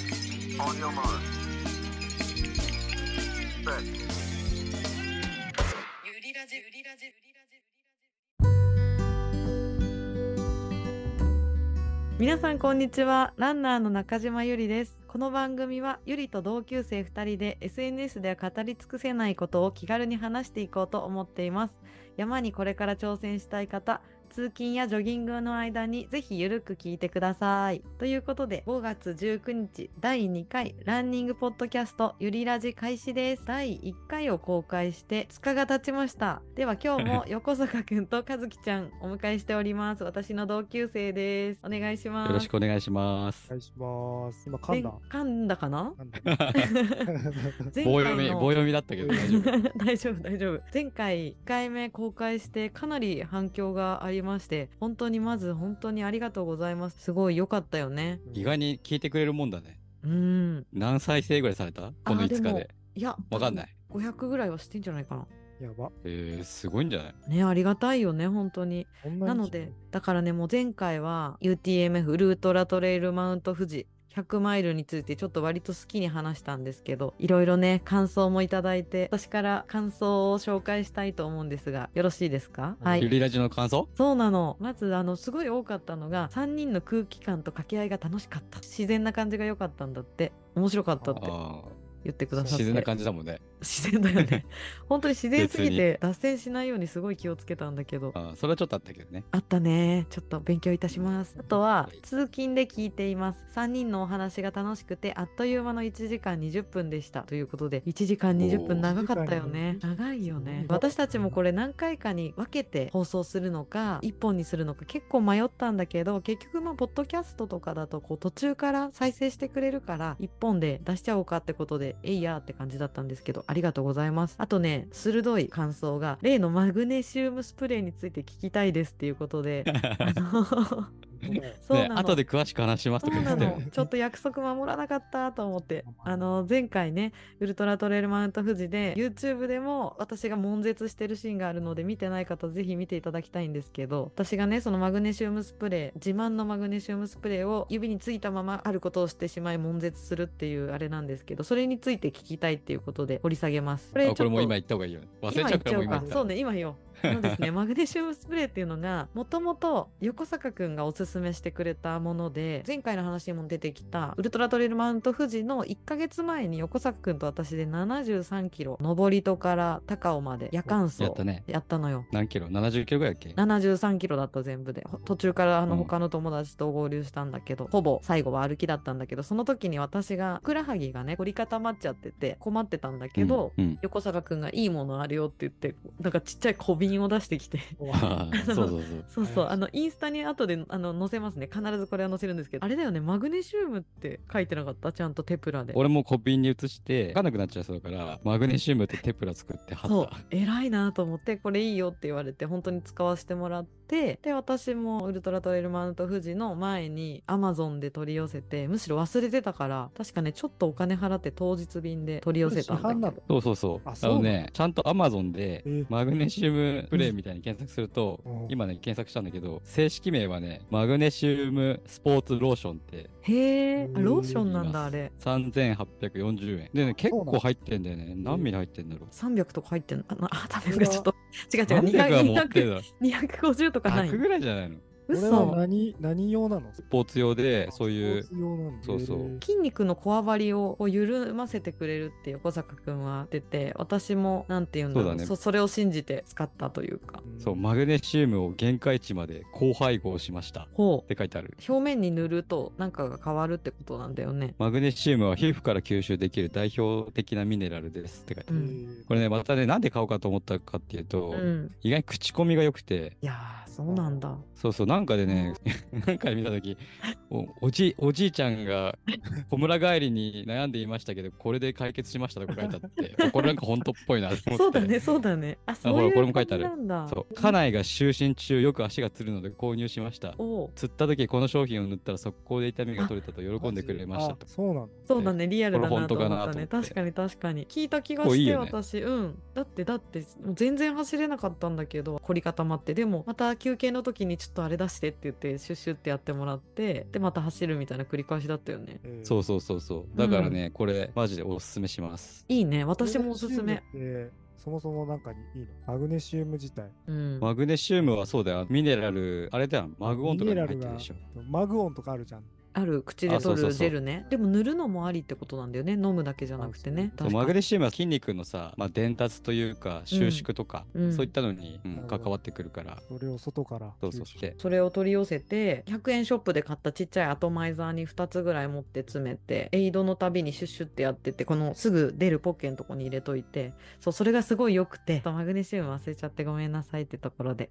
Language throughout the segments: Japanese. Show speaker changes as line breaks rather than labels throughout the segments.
On your mark. Set.
ゆりラジ、ゆりラジ、ゆりラジ。
皆さんこんにちはランナーの中島ゆりですこの番組はゆりと同級生2人で SNS では語り尽くせないことを気軽に話していこうと思っています山にこれから挑戦したい方通勤やジョギングの間にぜひゆるく聞いてくださいということで5月19日第2回ランニングポッドキャストゆりラジ開始です第1回を公開して2日が経ちましたでは今日 も横坂くんと和樹ちゃんお迎えしております私の同級生ですお願いします
よろしくお願いしま
お
す。
願いします。今噛んだ
で。噛んだか な
噛んだ
前
棒読
回
み、
の
棒読みだったけど大丈
大丈
夫。
夫大丈夫前回1回目公開してかなり反響がありまして本当にまず本当にありがとうございますすごい良かったよね
意外に聞いてくれるもんだね。
うん
何再生ぐらいされたこの
あ
5日
も
で。
いや
わかんない。
500ぐらいはしてんじゃないかな
やば。
えー、すごいんじゃない
ねありがたいよね本当に
こんな
な
に
のでだからねもう前回は UTMF ルートラトレイルマウント富士100マイルについてちょっと割と好きに話したんですけどいろいろね感想もいただいて私から感想を紹介したいと思うんですがよろしいですかは
ゆ
い
りラジの感想
そうなのまずあのすごい多かったのが3人の空気感と掛け合いが楽しかった自然な感じが良かったんだって面白かったって
あー
言ってくださって
自然な感じだもんね。
自然だよ ね本当に自然すぎて脱線しないようにすごい気をつけたんだけど
あーそれはちょっとあったけ どね。
あったね。ちょっと勉強いたします。あとは
はい、
通勤で聞いています。3人のお話が楽しくて、あっという間の1時間20分でした。ということで、1時間20分長かったよね。
おー
長いよね
す。ごい
私たちもこれ何回かに分けて放送するのか、1本にするのか結構迷ったんだけど、結局まあ、ポッドキャストとかだと、こう途中から再生してくれるから、1本で出しちゃおうかってことで、えいやーって感じだったんですけど、ありがとうございます。あとね、鋭い感想が、例のマグネシウムスプレーについて聞きたいですっていうこと で、あの
本当だよ
そう
ね
なの。
後で詳しく話します
そ
とか
う
言っ
な
てたよ
の
ね。
ちょっと約束守らなかったと思って
まあまあ
あの前回ねウルトラトレイルマウント富士で YouTube でも私が悶絶してるシーンがあるので見てない方ぜひ見ていただきたいんですけど私がねそのマグネシウムスプレー自慢のマグネシウムスプレーを指についたままあることをしてしまい悶絶するっていうあれなんですけどそれについて聞きたいっていうことで掘り下げます。こ
あこれもう今言った方がいいよね。忘れちゃうからもう今
今言っ
言っ
ち
た
ゃそうね今よあの ですねマグネシウムスプレーっていうのがもともと横坂くんがおすすめしてくれたもので前回の話にも出てきたウルトラトレイルマウント富士の1ヶ月前に横坂くんと私で73キロ上り戸から高尾まで夜間走
やったね
やったのよ
何キロ ?70 キロぐらいだっけ
73キロだった全部でほ途中からあの
うん
他の友達と合流したんだけど、ほぼ最後は歩きだったんだけどその時に私がふくらはぎがね凝り固まっちゃってて困ってたんだけど、
うん。うん
横坂くんがいいものあるよって言ってなんかちっちゃい小瓶を出してき て
あーそうそうそう。
そうそう
はい
あのインスタに後であの載せますね必ずこれは載せるんですけどあれだよねマグネシウムって書いてなかったちゃんとテプラで
俺もコピーに移して、書かなくなっちゃいそうだから、マグネシウムとテプラ作って貼
そう
った。
偉いなと思ってこれいいよって言われて本当に使わせてもらってで私もウルトラトレイルマウント富士の前にアマゾンで取り寄せてむしろ忘れてたから確かねちょっとお金払って当日便で取り寄せたんだけ
市販
ど
なの
そうそうそう。あ
あそうな
の
の
ね、ちゃんと Amazon で
え
マグネシウムプレイみたいに検索すると
うん、
今ね、検索したんだけど、正式名はね、マグネシウムスポーツローションって
へえ
うん
ローションなんだあれ
3840円。でね、結構入ってんだよね。何ミリ入ってんだろう。
300とか入ってんのあなあ300がちょっと違う違
何
う
ミリが持って
200
んだろう。
250とかない
100ぐらいじゃないの
これは
嘘
何何用なの？
スポーツ用で、そういう
ス、ポーツ用なんだ
そうそう
へー
筋肉のこわばりをこう緩ませてくれるって横坂くんは出て私もなんていうんだろう
そ
そう
だね
それを信じて使ったというか
ん
そう、マグネシウムを限界値まで高配合しました。っ
ほう
て書いてある。
表面に塗るとなんかが変わるってことなんだよね
マグネシウムは皮膚から吸収できる代表的なミネラルですって書いてあ
う
る。
ん
へー
これね、またね、なんで買おうかと思ったかっていうと、
うん
意外に口コミが良くて、
いやーそうなんだ
そうそう、なんかでね、 なんかで見たとき、おおじい、おじいちゃんが 小村帰りに悩んでいましたけど、これで解決しましたとか書いてあって、 これなんか本当っぽいなと思って。
そうだねそうだねあそう
ほ
い
らこれ
う
も
感
書いて
じ
ある
なんだ
そう。家内が就寝中、よく足がつるので購入しました。
おう
釣った時この商品を塗ったら速攻で痛みが取れたと喜んでくれましたと
あ。そうなの。
そうだねリアルだなと思っ
これ本当か
た
なと思
ね
って
確かに確かに聞いた気がして
これいいよね
私うんだってだってもう全然走れなかったんだけど凝り固まってでもまた休憩の時にちょっとあれ出してって言ってシュッシュってやってもらってでまた走るみたいな繰り返しだったよね
えー
そうそうそうそう。だからね、これ、マジでおすすめします。
いいね私もおすすめ
マグネシウムってそもそもなんかにいいのマグネシウム自体。
うん
マグネシウムはそうだよ。ミネラル、あれだよ。マグオンとか
ミネ
に
ラ
入っ
ル
て
が
るでしょ。
マグオンとかあるじゃん。
ある口で
あそう
取
そう
る
そう
ジェルねでも塗るのもありってことなんだよね飲むだけじゃなくてね
あ
そ
確
う
か
マグネシウムは筋肉のさ、まあ、伝達というか収縮とか、
うん
そういったのに、うん
なるほど
関わってくるから。
それを外から。
そうそうそう。で
それを取り寄せて100円ショップで買ったちっちゃいアトマイザーに2つぐらい持って詰めてエイドのたびにシュッシュってやっててこのすぐ出るポッケのとこに入れといてそうそれがすごい良くてマグネシウム忘れちゃってごめんなさいってところで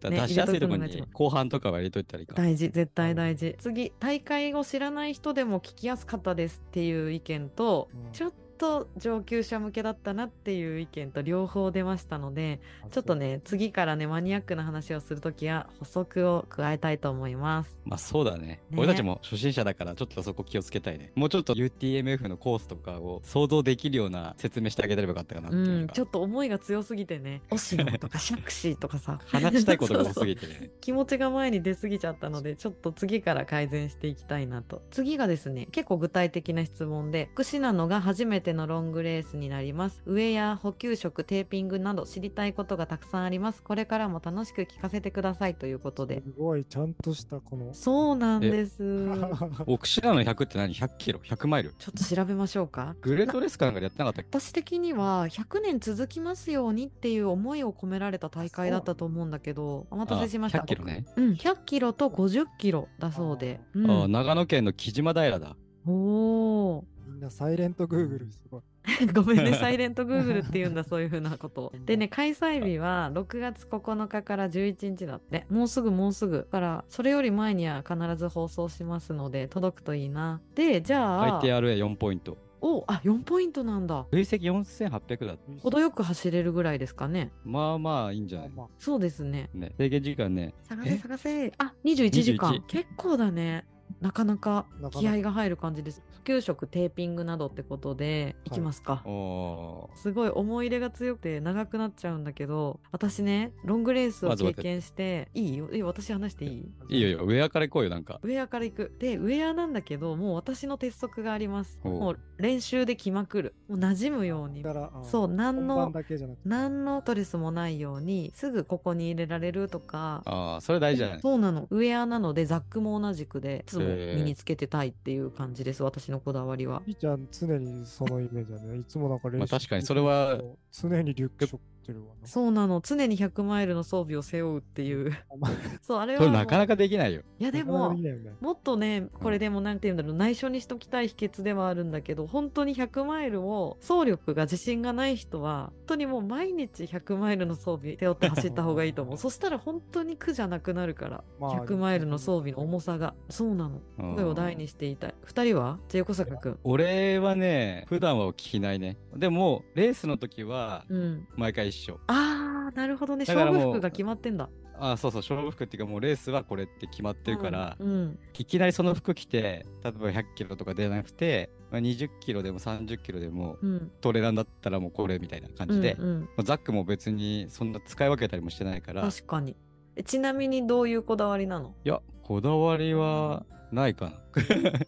だ
ね
出しやす
入れ
いところ
とくの
に
が一番
後半とかは入れといたらいい か。
大事絶対大事次大会を知らない人でも聞きやすかったですっていう意見と、
うん
ちょっと上級者向けだったなっていう意見と両方出ましたのでちょっと。ね次からねマニアックな話をするときは補足を加えたいと思います。
まあそうだね
ね
俺たちも初心者だからちょっとそこ気をつけたいね。もうちょっと UTMF のコースとかを想像できるような説明してあげたらよかったかなって
う
いうの
ん、
が、
ちょっと思いが強すぎてね、オシノとかシャクシーとかさ
話したいことが多す
そう
ぎてね。
そう気持ちが前に出すぎちゃったので、ちょっと次から改善していきたいなと。次がですね、結構具体的な質問で、福祉なのが初めてのロングレースになります。ウェア、補給食、テーピングなど知りたいことがたくさんあります。これからも楽しく聞かせてくださいということで。
すごい、ちゃんとしたこの。
そうなんです。ち
オクシラの100って何 ?100 キロ ?100 マイル
ょっと調べましょうか。
グレートレスかなんかでやってなかったっけ
私的には100年続きますようにっていう思いを込められた大会だったと思うんだけどお待たせしました
あ100キロね。
うん、100キロと50キロだそうで、う
ああ
ん、
長野県の木島平だ。
おお
みんなサイレントグーグルすごい。
ごめん ねサイレントグーグルっていうんだそういうふうなことでね開催日は6月9日から11日だってもうすぐもうすぐだからそれより前には必ず放送しますので届くといいなでじゃあ
ITRA4 ポイント。
おあ4ポイントなんだ
累積4800だ。
程よく走れるぐらいですかね
まあまあいいんじゃ
ま
な
あ
い
まあ
そうですね
ね、制限時間ね、
探
え
せ探せあ21時間
21
結構だねなかなか
なかなか
気合が入る感じです普及食テーピングなどってことでいきますか、
おー
すごい思い入れが強くて長くなっちゃうんだけど私ねロングレースを
まず
経
はて
験していいよえ私話していい
いいよいいよ、ウェアから行こうよ、なんか。
ウェアから行くでウェアなんだけどもう私の鉄則があります
おう
もう練習で着まくるもう馴染むように
だから、
そう何
本
の
番だけじゃなくて。
何のストレスもないようにすぐここに入れられるとか
ああ、それ大事じゃない。
そうなのウェアなのでザックも同じくでいつも
へー
身につけてたいっていう感じです私のこだわりは
みーちゃん、常にそのイメージだね。いつもなんか練習。
まあ確かにそれは。
常にリュック背負ってるわな。
そうなの常に100マイルの装備を背負うっていう
お前
そうあれ
そ
はも
れ
う
なかなかできないよ。
いやで
なかなか
も
きないよね
もっとねこれでもなんて言うんだろう内緒にしときたい秘訣ではあるんだけど本当に100マイルを走力が自信がない人は本当にもう毎日100マイルの装備背負って走った方がいい と思うそしたら本当に苦じゃなくなるから
まあ
100マイルの装備の重さがそうなの
うん
声を大にしていたい2人はじゃあ横坂君
俺はね、普段は着ないね。でも、レースの時は
うん
毎回一緒。
あーなるほどね
だ
勝
から
負
もう
服が決まってんだっ
ああ、そうそう、勝負服っていうか、もうレースはこれって決まってるから、
うんうん
いきなりその服着て、例えば100キロとか出なくて、まあ、20キロでも30キロでも、
うん
トレランだったらもうこれみたいな感じで、
うんうん
まあザックも別にそんな使い分けたりもしてないから、い
確かにえちなみにどういうこだわりな の
や、こだわりはないかな。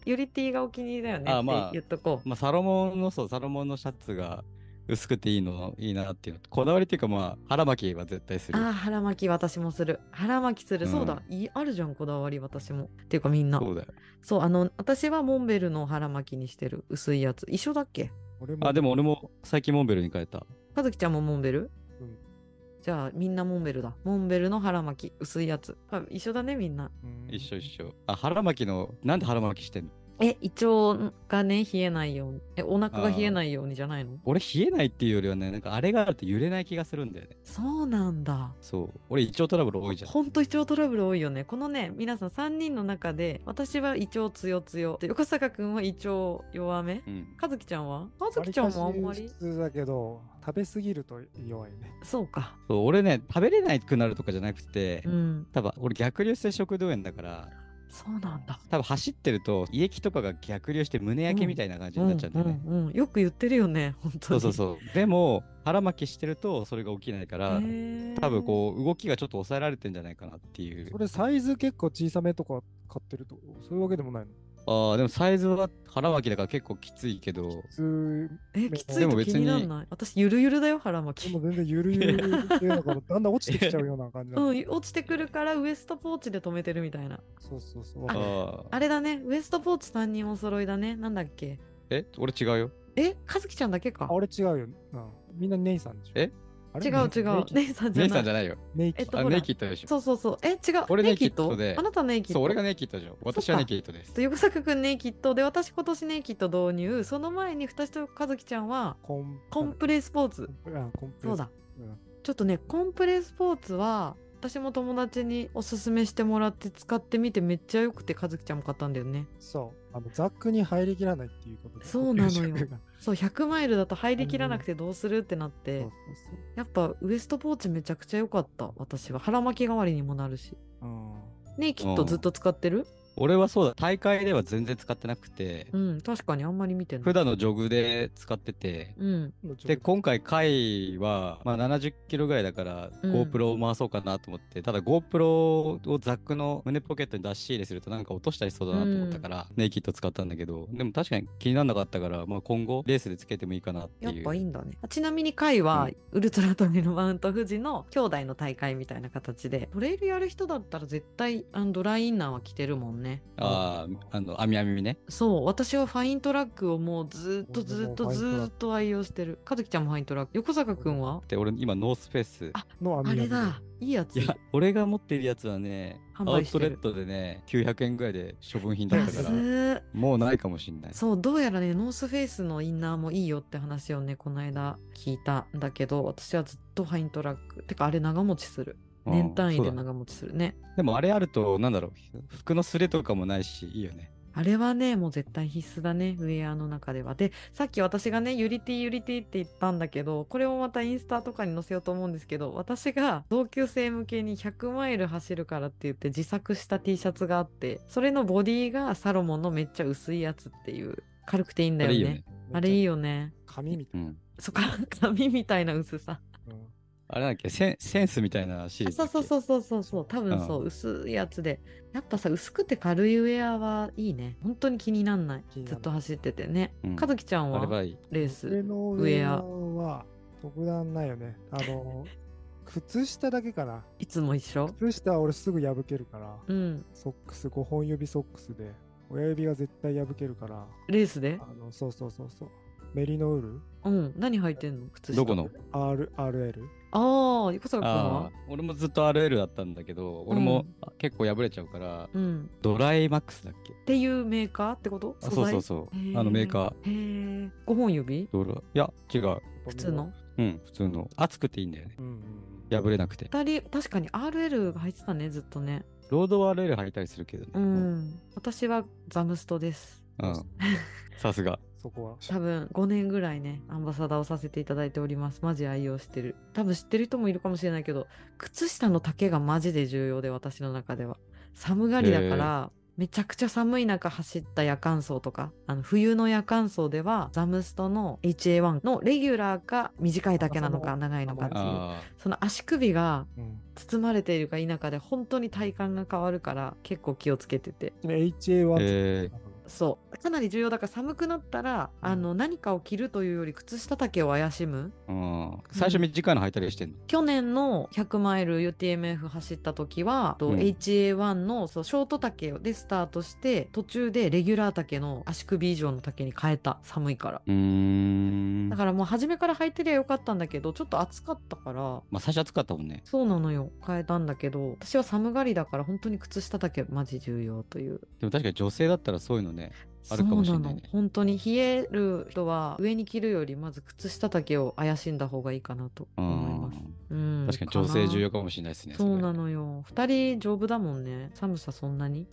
ユリティがお気に入りだよね
あ
っ
ま
て
あ
言っとこう、
まあ、サロモンの、そう、サロモンのシャツが薄くていいの、いいなっていうのと。こだわりっていうか、まあ、腹巻きは絶対する
あ。あ腹巻き私もする腹巻きする、
うん
そうだいあるじゃんこだわり私もっていうかみんな
そうだよ。
そうあの私はモンベルの腹巻きにしてる薄いやつ一緒だっけ
俺
あ、でも俺も最近モンベルに変えた。
かずきちゃんもモンベル、
うん
じゃあみんなモンベルだモンベルの腹巻き薄いやつあ一緒だねみんな
うん
一緒一緒。あ、腹巻きの、なんで腹巻きしてんの
え、胃腸がね、冷えないように。え、お腹が冷えないようにじゃないの
俺冷えないっていうよりはね、なんかあれがあると揺れない気がするんだよね。
そうなんだ。
そう。俺胃腸トラブル多いじゃん。
ほんと胃腸トラブル多いよね。このね、皆さん3人の中で、私は胃腸強強。で、横坂くんは胃腸弱め。
うん。
かずきちゃんはかずきちゃんもあんま
割
り
かし。普通だけど、食べ過ぎると弱いね。
そうか。
そう、俺ね、食べれなくなるとかじゃなくて、
うん。
多分俺逆流性食道炎だから、
そうなんだ。
多分走ってると胃液とかが逆流して胸焼けみたいな感じになっちゃうんだよね。
うんうんうん、よく言ってるよね、本当
そう
に。
そうそう。でも腹巻きしてるとそれが起きないから、
へー
多分こう動きがちょっと抑えられてんじゃないかなっていう
そ。れサイズ結構小さめとか買ってるとそういうわけでもないの
ああでもサイズは腹巻きだから結構きついけど。
普通
え、
ね
きついと気にならない。私、ゆるゆるだよ、腹巻
で
き
も。全然ゆるゆるっていうのからだんだん落ちてきちゃうような感じな
う
の、
ん、落ちてくるからウエストポーチで止めてるみたいな。
そうそうそう
あ
あ
ー
あれだね、ウエストポーチ3人お揃いだね。なんだっけ
え俺違うよ。
え、かずきちゃんだけか。
俺違うよ、うん、みんなネイさんでしょ
え
あれ
違う違う。
ネイ
姉さんじゃ
姉
な
さんじゃ
い。
ないよ。
ネイ
え
キ
っと
あ
ほら
ネイキッドでしょ。
そうそうそう。え、違う。
俺
ネ
ネ
イ
イ
キ
キ
ッ
ッ
ド
ドで
あなたネイキッド。
そう俺がネイキッドでしょ。私はネイキッドです。
横坂くんネイキッドで、私今年ネイキッド導入。その前に二人とかずきちゃんは
コン
コンプレスポーツ。
あコンプレ
そうだ。
うん
ちょっとね、コンプレスポーツは、私も友達におすすめしてもらって使ってみてめっちゃ良くて、かずきちゃんも買ったんだよね。
そうあのザックに入りきらないっていうことで
そう なのよ
コンプレッションが
そう、100マイルだと入りきらなくてどうするってなっ
そうそ
て
う、そう
やっぱウエストポーチめちゃくちゃ良かった、私は。腹巻き代わりにもなるし。
うん
ねえ、きっとずっと使ってる
俺はそうだ。大会では全然使ってなくて、
うん、確かにあんまり見てない。
普段のジョグで使ってて。
うん、
で今回回は、まあ、70キロぐらいだから
うん
GoPro を回そうかなと思って、ただ GoPro をザックの胸ポケットに出し入れするとなんか落としたりしそうだなと思ったから、ネイキッド使ったんだけどでも確かに気にならなかったから、まあ、今後レースでつけてもいいかなって
やっ
いう
ぱいいんだね。あちなみに会は、
う
ウルトラトレイルマウント富士の兄弟の大会みたいな形で、トレイルやる人だったら絶対あのドライインナーは着てるもんね。
あああの網網ね
そう私はファイントラックをもうずーっとずーっと
俺もファイ
ず
ントラック
ーっと愛用してる和樹ちゃんもファイントラック横坂くんは
で俺今ノースペース
あ
の網
あ
網
れだいいやつ
いや俺が持ってるやつはね
販
アウ
売し
ト
て
レ
る
ットでね900円ぐらいで処分品だった
安
から
ー
もうないかもしんない
そうどうやらねノースフェイスのインナーもいいよって話をねこの間聞いたんだけど私はずっとファイントラックてかあれ長持ちする
うん
年単位
そう
で
だ
長持ちするね
でもあれあるとなんだろう服のすれとかもないしいいよね
あれはねもう絶対必須だねウェアの中ではでさっき私がねユリティユリティって言ったんだけどこれもまたインスタとかに載せようと思うんですけど私が同級生向けに100マイル走るからって言って自作した T シャツがあってそれのボディがサロモンのめっちゃ薄いやつっていう軽くていいんだ
あ
よね
れいいよね
あれいい
よ
よね
紙みた
う
い
ん
そっか紙みたいな薄さ
な、うん
あれなんだっけセンセンスみたいなシリー
あ
ズだ
そう
っけ。
そうそうそうそうそう多分そう、薄いやつでやっぱさ薄くて軽いウェアはいいね本当に気になんない
気にな
ず
ら
っ
ない
と走っててね、
うん
かずきちゃん
あれ
は
はいい。
レー
俺
ス
の
ウ
ウ
ェ
ェ
ア
アは特段ないよね。あの、靴下だけかな。
いつも一緒
靴下は俺すぐ破けるから、
うん
ソックス、5本指ソックスで、親指が絶対破けるから、
レースで
あの、そうそうそうそう。メリノウール
うん何履いてんの靴下
どこの
?R、RL?
ああ横坂君
あ
は
あ、俺もずっと RL だったんだけど、俺も結構破れちゃうから、
うん
ドライマックスだっけ
っていうメーカーってこと
あ
素
そう
材
そうそう
へ。
あのメーカー。
へえ5本指
ドラいや、違う。
普通の
うん、普通の。熱くていいんだよね。
うんうんうん。
破れなくて。
2人確かに RL が入ってたねずっとね
ロードは RL 履いたりするけどね。
う。ん私はザムストです
うん。さすが。
そこは。
多分5年ぐらいねアンバサダーをさせていただいておりますマジ愛用してる多分知ってる人もいるかもしれないけど靴下の丈がマジで重要で私の中では寒がりだからめちゃくちゃ寒い中走った夜間走とかあの冬の夜間走ではザムストの HA1 のレギュラーか短いだけなのか
あ
長いのかっていう
あ
その足首が
うん。
包まれているか否かで本当に体感が変わるから結構気をつけてて
で
あ。
HA1
えー
そうかなり重要だから寒くなったら、
うん
あの何かを着るというより靴下丈を怪しむ
うん、最初短いの履いたりしてんの、
去年の100マイル UTMF 走った時は、と
うん
HA1 のそうショート丈でスタートして途中でレギュラー丈の足首以上の丈に変えた寒いから。
うーん、
だからもう初めから履いてりゃよかったんだけどちょっと暑かったから
まあ最初暑かったもんね
そうなのよ変えたんだけど私は寒がりだから本当に靴下丈マジ重要という
でも確かに女性だったらそういうのねあるかもしれない
そ
ね
うの本当に冷える人は上に着るよりまず靴下丈を怪しんだ方がいいかなと
うん
思います。うん、
確かに女性重要
か
かもしれないですね
な。そうな
の
のよ。二人丈夫だもんね。寒さそんなに。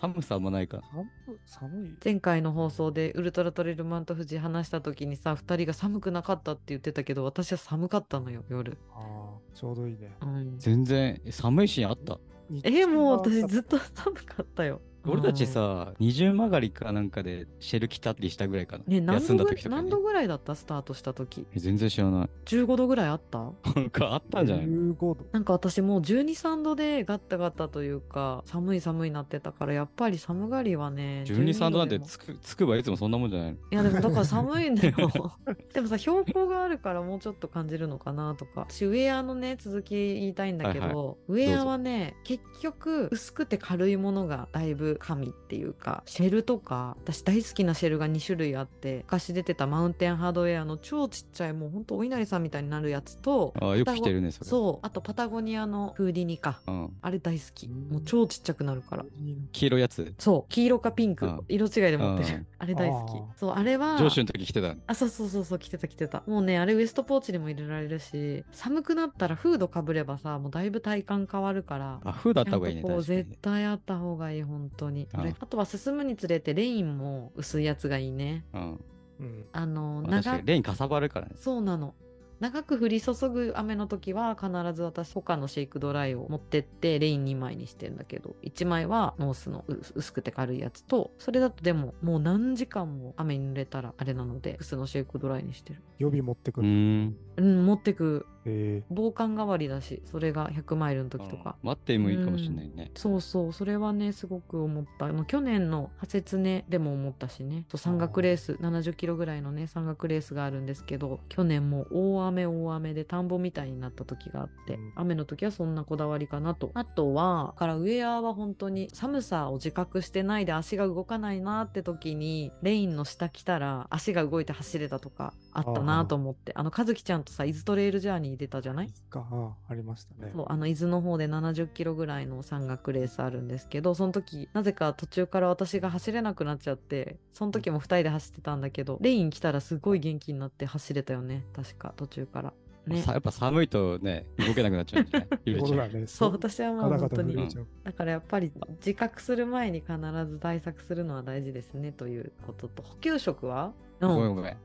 寒さあんまないか
寒寒い。
前回の放送でウルトラトレイルマウント富士話した時にさ、二人が寒くなかったって言ってたけど、私は寒かったのよ、夜。
ああ、ちょうどいいね。
うん、
全然え寒いシーンあった
日
え、もう
中
私
は
ずっと寒かったよ。
俺たちさ、二重曲がりかなんかでシェル着たりしたぐらいかな。
ね、何
休
度
んだ
ぐら
時
い
とか、
何
ね。
度ぐらいだったスタートした時
え全然知らない。
15度ぐらいあった
なんかあったんじゃないの
15度。
なんか私もう12、3度でガッタガタというか寒い寒いなってたからやっぱり寒がりはね
?12、3度なんて
でも
つく、つくばいつもそんなもんじゃないの
いやでもだから寒いん だよ でもさ標高があるからもうちょっと感じるのかなとか私ウェアのね続き言いたいんだけど、
はいは
ウェアはね結局薄くて軽いものがだいぶ神っていうかシェルとか私大好きなシェルが2種類あって昔出てたマウンテンハードウェアの超ちっちゃいもうほんとお稲荷さんみたいになるやつと
ああ、よく着てるね、それ。う。
そうあとパタゴニアのフーディニか
ん。
あれ大好きもう超ちっちゃくなるから
黄色いやつ。
そう黄色かピンク
あ
色違いで持って
あ
るあれ大好
あ
きそうあれは
上司の時着てたの。
あそうそうそうそう着てた着てたもうねあれウエストポーチにも入れられるし寒くなったらフードかぶればさもうだいぶ体感変わるから
あ、フードあった方がいいね。
ちゃんとこう
確かにね
絶対あった方がいい本当に
あ
あれあとは進むにつれてレインも薄いやつがいいね
うん。
うん。
あの
まあ確か
長
に、レインかさばるからね。
そうなの長く降り注ぐ雨の時は必ず私他のシェイクドライを持ってってレイン2枚にしてんだけど1枚はノースのう薄くて軽いやつとそれだとでももう何時間も雨に濡れたらあれなので薄のシェイクドライにしてる
予備持ってく
うー
る。
ん。
うん持ってく
え
防寒代わりだしそれが100マイルの時とか
あ待ってもいいかもしれないね。
そうそうそれはねすごく思ったあの去年の初ツネでも思ったしねそう山岳レース70キロぐらいのね山岳レースがあるんですけど去年も大雨大雨で田んぼみたいになった時があって
うん
雨の時はそんなこだわりかなとあとはだからウェアは本当に寒さを自覚してないで足が動かないなって時にレインの下来たら足が動いて走れたとかあったなと思ってあの和樹ちゃんとさ伊豆トレイルジャーニー出たじゃない
いつか、ああ、ありましたね。
そうあの伊豆の方で70キロぐらいの山岳レースあるんですけどその時なぜか途中から私が走れなくなっちゃってその時も2人で走ってたんだけどレイン来たらすごい元気になって走れたよね確か途中からね
さやっぱ寒いとね、動けなくなっちゃう んじゃないゆり
とこ
ち
ろ
ゃ
が
ん
ね、
そう私はも
ガ
う
タガ
本
タ
当
震
に
えちゃう。
だからやっぱり自覚する前に必ず対策するのは大事ですねということと補給食はう
ごめん
ん、
ごめん。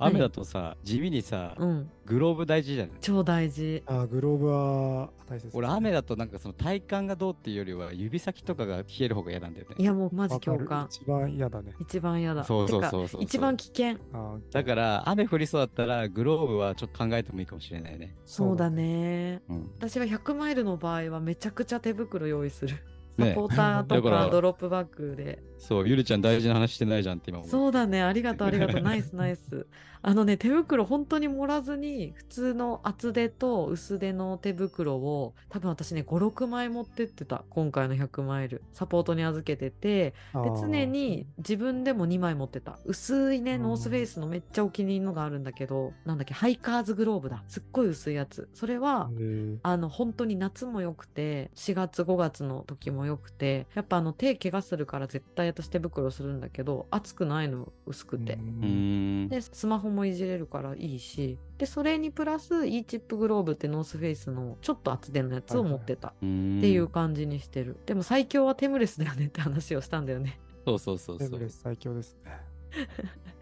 雨だとさ、地味にさ、
うん、
グローブ大事じゃない
超大事
ああ、グローブは大切ですね。
俺雨だとなんかその体感がどうっていうよりは指先とかが冷える方が嫌なんだよね。
いやもうマジ
わかる
共感
一番嫌だね。
一番嫌だ
そうそう
てか
そうそう。
一番危険
ああ
だから雨降りそうだったらグローブはちょっと考えてもいいかもしれないね。
そうだ。ね
うん。
私は100マイルの場合はめちゃくちゃ手袋用意する。サ
ね
ポーターと
だか
からドロップバッグで。
そう、ゆりちゃん大事な話してないじゃんって今思
そうだね、ありがとう、ありがとう、ナイス、ナイス。あのね、手袋本当に盛らずに、普通の厚手と薄手の手袋を、多分私ね、5、6枚持ってってた、今回の100マイル。サポートに預けてて、
あ
で
あ
常に自分でも2枚持ってた薄いね
うん
ノースフェイスのめっちゃお気に入りのがあるんだけどなんだっけハイカーズグローブだすっごい薄いやつそれは
えー
あの本当に夏も良くて4月5月の時も良くてやっぱあの手怪我するから絶対私手袋するんだけど暑くないの薄くて
う、
う。うんーん。
でスマホもいじれるからいいしでそれにプラス E チップグローブってノースフェイスのちょっと厚手のやつを持ってた
う
っ
ん
ていう感じにしてる、でも最強はテムレスだよねって話をしたんだよね
そうそうそうそ
テブレ
う。
ス最強ですね。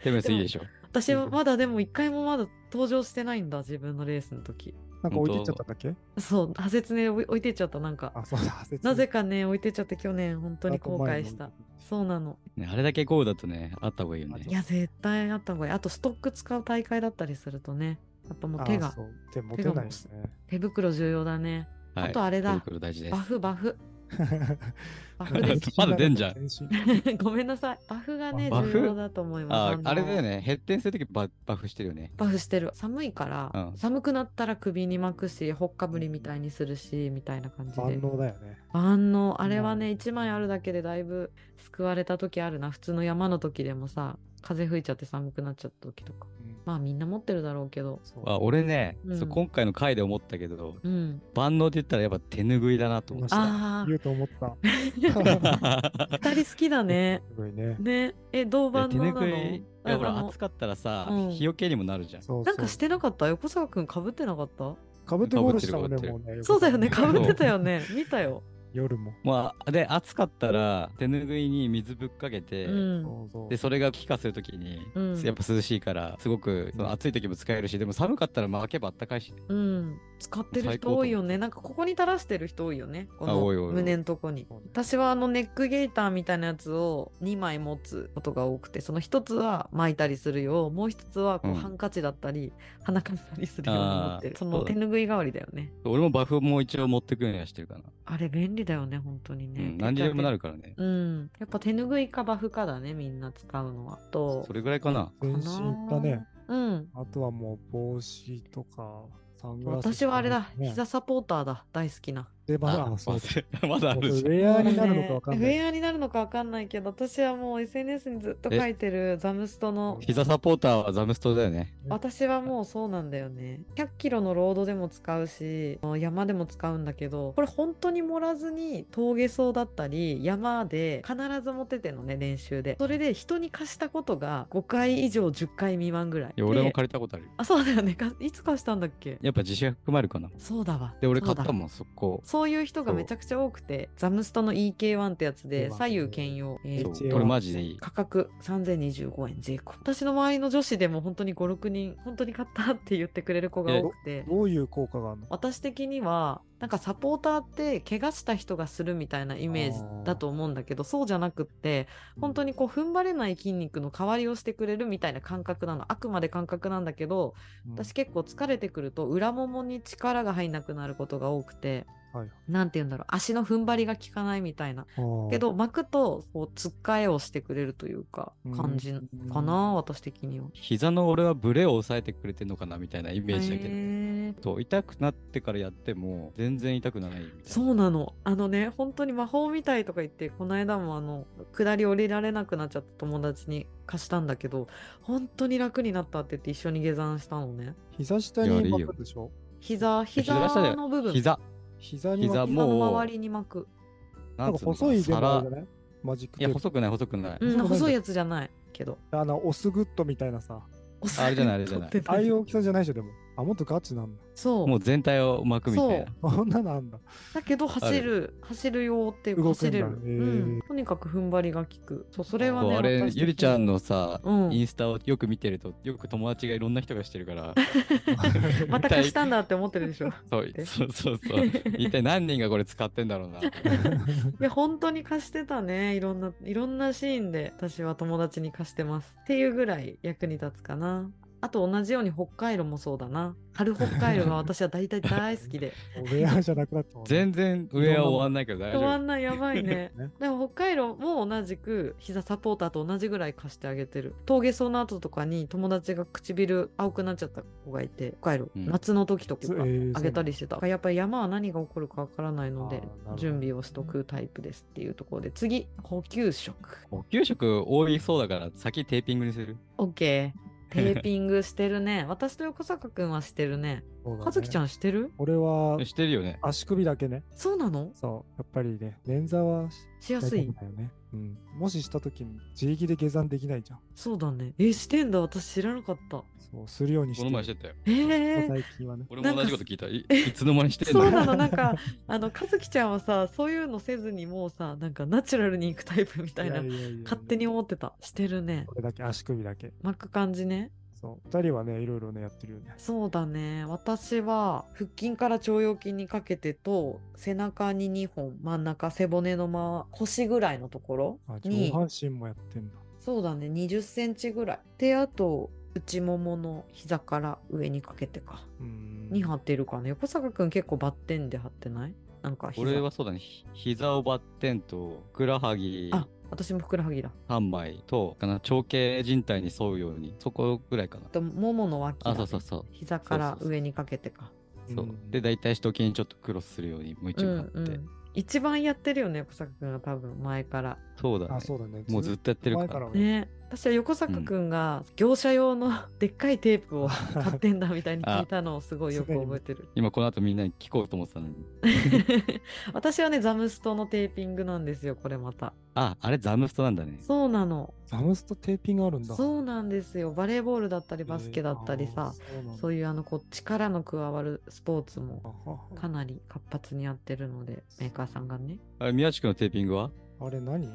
手ブレスいいでしょ。
私はまだでも一回もまだ登場してないんだ自分のレースの時
なんか置いてっちゃったんだっけ
そう派説ね置いてっちゃったなんか
あ、そうだ、説明
なぜかね置いてっちゃって去年本当に後悔した。そうなの
ねあれだけ豪雨だとね、あった方がいいよね
い。や絶対あった方がいいあとストック使う大会だったりするとねやっぱもう手
手が
が。
そう手持てないですね。
手袋重要だね
はい
あとあれだ
手袋大事で
バ
す。
フバフ バフ
で
です
まだ出んじゃん
全身。
ごめんなさいバフがね
バ
フ
重要だと思います
あ
の
あれだよね、ヘッテンするときババフしてるよね。
バフしてる寒いから、
うん
寒くなったら首に巻くしほっかぶりみたいにするしみたいな感じで
万能だよね。
万能あれは
う
ね
ん
1枚あるだけでだいぶ救われた時あるな普通の山の時でもさ風吹いちゃって寒くなっちゃった時とか
うん
まあみんな持ってるだろうけど
そう
あ俺ね、
うん
そう今回の回で思ったけど、
うん
万能って言ったらやっぱ手拭いだなと思っ
そう
た。
ああ
言うと思った。
二人好きだね。
すごいね。
ね、え、 銅板
手
のなの。
拭い、いやほ
あ
ら
の
暑かったらさ、
うん
日よけにもなるじゃん。
そう
なんかし
そう。
てなかった横坂くんかぶってなかった
かぶってゴールしたもんね、
被ってる
もう ね。
そうだよね、
か
かぶってたよね。見たよ。
夜も。
まあ、で、暑かったら、手ぬぐいに水ぶっかけて、
うん
そうそう
で、それが気化するときに、
うん
やっぱ涼しいから、すごく、その暑い時も使えるし、でも寒かったら巻けばあったかいし、
うん、使ってる
最高
人
と
多いよねなんかここに垂らしてる人多いよねこ
あ多い多
の
い
胸のとこに
そうね
私はあのネックゲーターみたいなやつを2枚持つことが多くてその1つは巻いたりするようもう1つはこう
うん
ハンカチだったり、鼻かみたりするように持ってるそ
あーそ
の
うだ
手拭い代わりだよね
俺もバフも一応持ってくようにはしてるかな。
あれ便利だよね本当に
う
ね、
ん、何時でもな
る
るからね。
うんやっぱ手拭いかバフかだねみんな使うのはと
それぐらいかな。
全身いったね。
うん
あとはもう帽子とか、サングラスとか、
私はあれだ、
ね
膝サポーターだ大好きな
で、まあ、
あ
そうだ。
忘れ まだあ
もう
るじ
そ
ゃん。
れウェアになるのかわかんな
ウ
い。
ェアになるのかわかんないけど、私はもう SNS にずっと書いてるザムストの、
膝サポーターはザムストだよね。
私はもうそうなんだよね。100キロのロードでも使うし、山でも使うんだけど、これ本当に盛らずに峠走だったり、山で必ず持っててのね、練習で。それで人に貸したことが5回以上10回未満ぐらい。
いや俺も
で
借りたことあるよ。
あ、そうだよね。かいつ貸したんだっけ
やっぱ自信が含まるかな。
そうだわ。
で、俺
そ
買
う
っ
だ
たもん、そこ。
そういう人がめちゃくちゃ多くて、ザムストの EK1 ってやつで
EK1
左右兼用。えー
そ
一応
う、これマジでいい。
価格3025円税込私の周りの女子でも本当に56人本当に買ったって言ってくれる子が多くて
どういう効果があるの
私的にはなんかサポーターって怪我した人がするみたいなイメージだと思うんだけどそうじゃなくって本当にこう踏ん張れない筋肉の代わりをしてくれるみたいな感覚なのあくまで感覚なんだけど私結構疲れてくると裏ももに力が入んなくなることが多くて
はい
なんて言うんだろう足の踏ん張りが効かないみたいなけ、ど巻くとこうつっかえをしてくれるというか
うん
感じかな、私的には。
膝の俺はブレを抑えてくれてんのかなみたいなイメージだけど、ね。
へー
そう、痛くなってからやっても、全然痛くないみたいな。
そうなのあのね本当に魔法みたいとか言ってこの間もあの下り降りられなくなっちゃった友達に貸したんだけど本当に楽になったって言って一緒に下山したのね
あー膝下
いやあれ
に
いいよ
巻くでしょ
膝膝
膝下だよ
の部分
膝、
膝に
膝
巻く。
膝の
もう
周りに巻く
な
なんん
か
つうのか
細
な
いでも
皿
あるじゃないマジック
い
テ
や、
ープ。
細くない、細くない。
う
そうんなんだ
細いやつじゃないけど
あの、オスグッドみたいな さ。
あれじゃないあれじゃない
取って
ああいう大きさじゃないでしょ、でも。あ、もっとガチなんだ。
そう
もう全体を巻くみたいな
そ。
あんなのあんだ。
だけど走る走るよっていうか
動く
走
んだ
れる、
へー
うん、とにかく踏ん張りが効くそうそれは
そう
ね
あれ
私、的に
ゆりちゃんのさ、
うん
インスタをよく見てると、よく友達がいろんな人がしてるから、
また貸したんだって思ってるでしょ い
そうそうそうそう。一体何人がこれ使ってんだろう な。
や本当に貸してたねいろんないろんなシーンで私は友達に貸してますっていうぐらい役に立つかなあと同じように北海道もそうだな春北海道が私は大体大好きで
ウェアじゃなくなったもんね。
全然上は終わんないけど大
止ま
丈
んないやばいね
ね
でも北海道も同じく膝サポーターと同じぐらい貸してあげてる峠走の後とかに友達が唇青くなっちゃった子がいて北海道、
うん
夏の時とか
えー
あげたりしてた、やっぱり山は何が起こるかわからないの
あー
で
なるほど
準備をしとくタイプですっていうところで次補給食
夫。給食多いそうだから、先テーピングにする。
OK テ ーピングしてるね私と横坂くんはしてるね
そうだね
和樹ちゃんしてる
俺は
してるよね。
足首だけね。
そうなの
そう。やっぱりね、捻挫はし
しやすい
だよね。うん。もししたときに自力で下山できないじゃん。
そうだねえしてんだ私知らなかった
そう、するようにして
こ
る。
の前してたよ。
え
もう
ー、
最近はね。
俺も同じこと聞いた。い いつの間にしてん
そう
の
なのなんか あの和樹ちゃんはさそういうのせずにもうさなんかナチュラルに行くタイプみたいな
やややや
勝手に思ってたしてるね
これだけ、足首だけ。
巻く感じね
そう。二人はね、いろいろね、やってるよね。
そうだね私は腹筋から腸腰筋にかけてと背中に2本真ん中背骨のま腰ぐらいのところ
あ、上
に
半身もやってんだ。
そうだね2 0センチぐらいであと内ももの膝から上にかけてか
うーん。
に貼ってるかね横坂くん結構バッテンで貼ってないなんか膝
俺はそうだね。ひ膝をバッテンと、ふくらはぎ
あ私もふくらはぎだ
3枚と、かな、長径人体に沿うように、そこぐらいかな
あ。とももの脇だ
あ、そうそうそう。
膝から
そうそうそう
上にかけてか
そううんで、大体首都にちょっとクロスするように、もう一
う
枚
ん
あって。
うん一番やってるよね横坂くんが多分前から
そうだね
あ、。そうだね。
もうずっとやってる
前
か。
かららはやってる
ね私は横坂くんが業者用のでっかいテープを買ってんだみたいに聞いたのをすごいよく覚えてる。
今この後みんなに聞こうと思ってたのに。
私はね、ザムストのテーピングなんですよ、これまた。
あ、あれザムストなんだね。
そうなの。
ザムストテーピングあるんだ。
そうなんですよ。バレーボールだったり、バスケだったりさ、
えー。あーそうなんだ
そういうあのこう力の加わるスポーツも
あはは
かなり活発にやってるので、メーカーさんがね。
あれ、宮地君のテーピングは
あれ何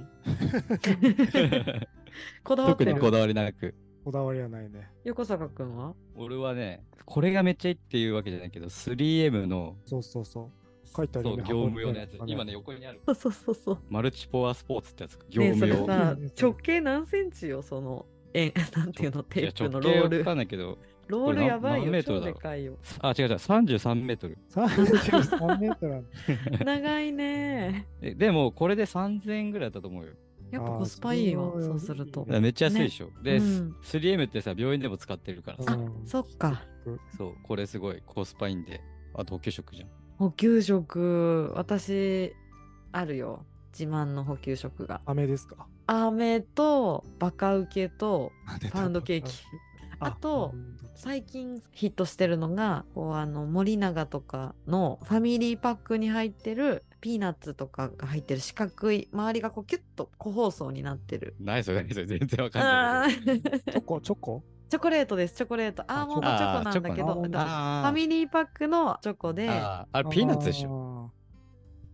こだわっ
特
て
に
る
こだわりなく。
こだわりはないね。
横坂くんは
俺はね、これがめっちゃいいっていうわけじゃないけど、3M の、
そうそうそう。書いてある
そう、
よね
業務用のやつ
箱。に
今ね、横にある。
そうそうそうそう。
マルチポアスポーツってやつ。業
ねえそ
務
れ
用。
さ、直径何センチよ、その、え、なんていうの、
い
テ
や
ープのロ
直径
ー
わか
ル。
んないけど、
ロールやばい
これ
よ、超
何何メ
で
ートルだろう
かい よ。
あ、違う違う、33メー トル。
33メートル ある。
長いね。
えでも、これで3000円ぐらいだったと思うよ。
やっぱ
あー
コスパいいよ
そ、れは
そうすると
いい
だ。からめっちゃ安いでしょ。で、
うん
す 3M ってさ、病院でも使ってるから
あ
さ、
うん
そっか。
そう、これすごいコスパいいんで、あと補給食じゃん。
補給食、私、あるよ。自慢の補給食が。
飴ですか
飴と、バカウケと、パウンドケーキ。。あと
パウンド
最近ヒットしてるのがこうあの森永とかのファミリーパックに入ってるピーナッツとかが入ってる四角い周りがこうキュッと個包装になってる。
ないそれ、ないそれ、全然わかん
あ
ないけど。
ー
チ ョコ、チョコ
チョコレートですチョコレートアーモンドチョコなんだけど
あーチョコね
えっとフ
あ
ァミリーパックのチョコで
あーあれ、ピーナッツでしょ。
ょ。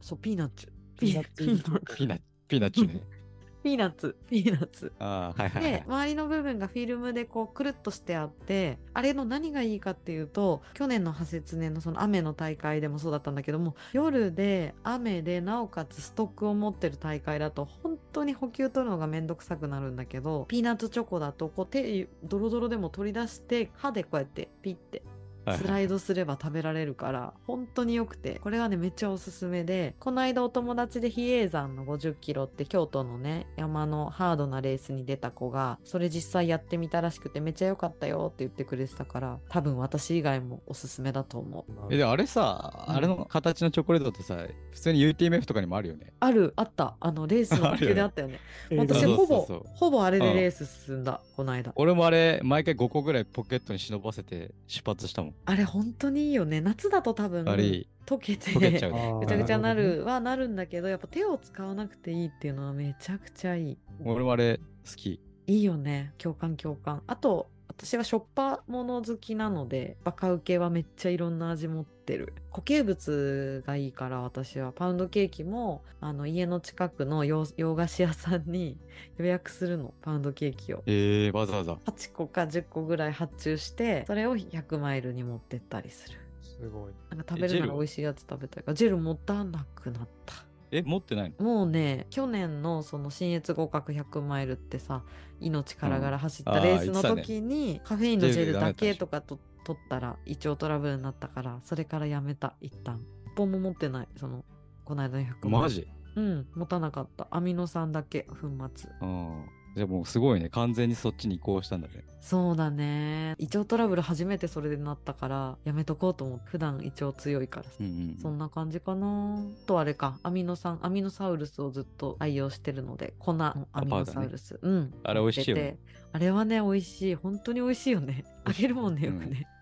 そうピーナッツ
ピーナッツ
ピーナッツ
ピーナッツ、ピーナッツね。
ピーナッツピーナッツ
ああ、はいはいは
で
い。
周りの部分がフィルムでこうくるっとしてあってあれの何がいいかっていうと去年の破雪年のその雨の大会でもそうだったんだけども夜で雨でなおかつストックを持ってる大会だと本当に補給取るのがめんどくさくなるんだけどピーナッツチョコだとこう手ドロドロでも取り出して歯でこうやってピッて
はい
スライドすれば食べられるから本当に良くてこれはねめっちゃおすすめでこの間お友達で比叡山の5 0キロって京都のね山のハードなレースに出た子がそれ実際やってみたらしくてめっちゃ良かったよって言ってくれてたから多分私以外もおすすめだと思う
え、でもあれさ、
うん
あれの形のチョコレートってさ、普通に UTMF とかにもあるよね。
あるあったあのレースの途中であったよね
映画
私
そうそう
ほぼ
そうそう
ほぼあれ
う
で
ん
レース進んだこの間
俺もあれ、毎回5個ぐらいポケットに忍ばせて出発したもん。
あれ本当にいいよね夏だと多分
あれいい、
溶けて
溶けちゃう
あ
ね
ー。
ぐちゃぐちゃなるはなるんだけどやっぱ手を使わなくていいっていうのはめちゃくちゃいい
俺もあれ、好き。
いいよね共感共感あと私はしょっぱもの好きなのでバカウケはめっちゃいろんな味持ってる固形物がいいから私はパウンドケーキもあの家の近くの洋洋菓子屋さんに 予約するのパウンドケーキを
ええー、わざわざ。
8個か10個ぐらい発注してそれを100マイルに持ってったりする
すごい。
なんか食べる
えジェ
な
ル
ら
は
美味しいやつ食べたいからジェル持たなくなった
え、持ってないの
もうね去年のその新越合格100マイルってさ命からがら走っ
うん
た
あー
レースの
言ってた
時に、カフェインのジェル
ジェルダメだ
だ
ったでし
け
ょ
とかと取ったら胃腸トラブルになったからそれからやめた一旦一本も持ってないそのこの間の100マイル
マジ
うん持たなかったアミノ酸だけ粉末
うん。じゃあもうすごいね。完全にそっちに移行したんだね。
そうだね胃腸トラブル初めてそれでなったからやめとこうと思って普段胃腸強いからさ
うんうん。
そんな感じかな。あとあれか、アミノ酸、アミノサウルスをずっと愛用してるので、粉のアミノサウルス。うん。
あれ美味しいよね
入れて。あれはね、美味しい。本当に美味しいよね。あげるもんね、よくね。
うん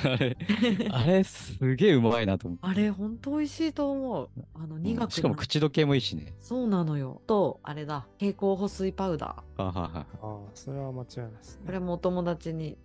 あれ、 あれすげえうまいなと思って。
あれ、本当美味しいと思う。あの、
うん
苦くない、
しかも口どけもいいしね。
そうなのよ。と、あれだ、蛍光補水パウダー。
あはは
ああ、それは間違いないです
こ
ね
れ。もお友達に、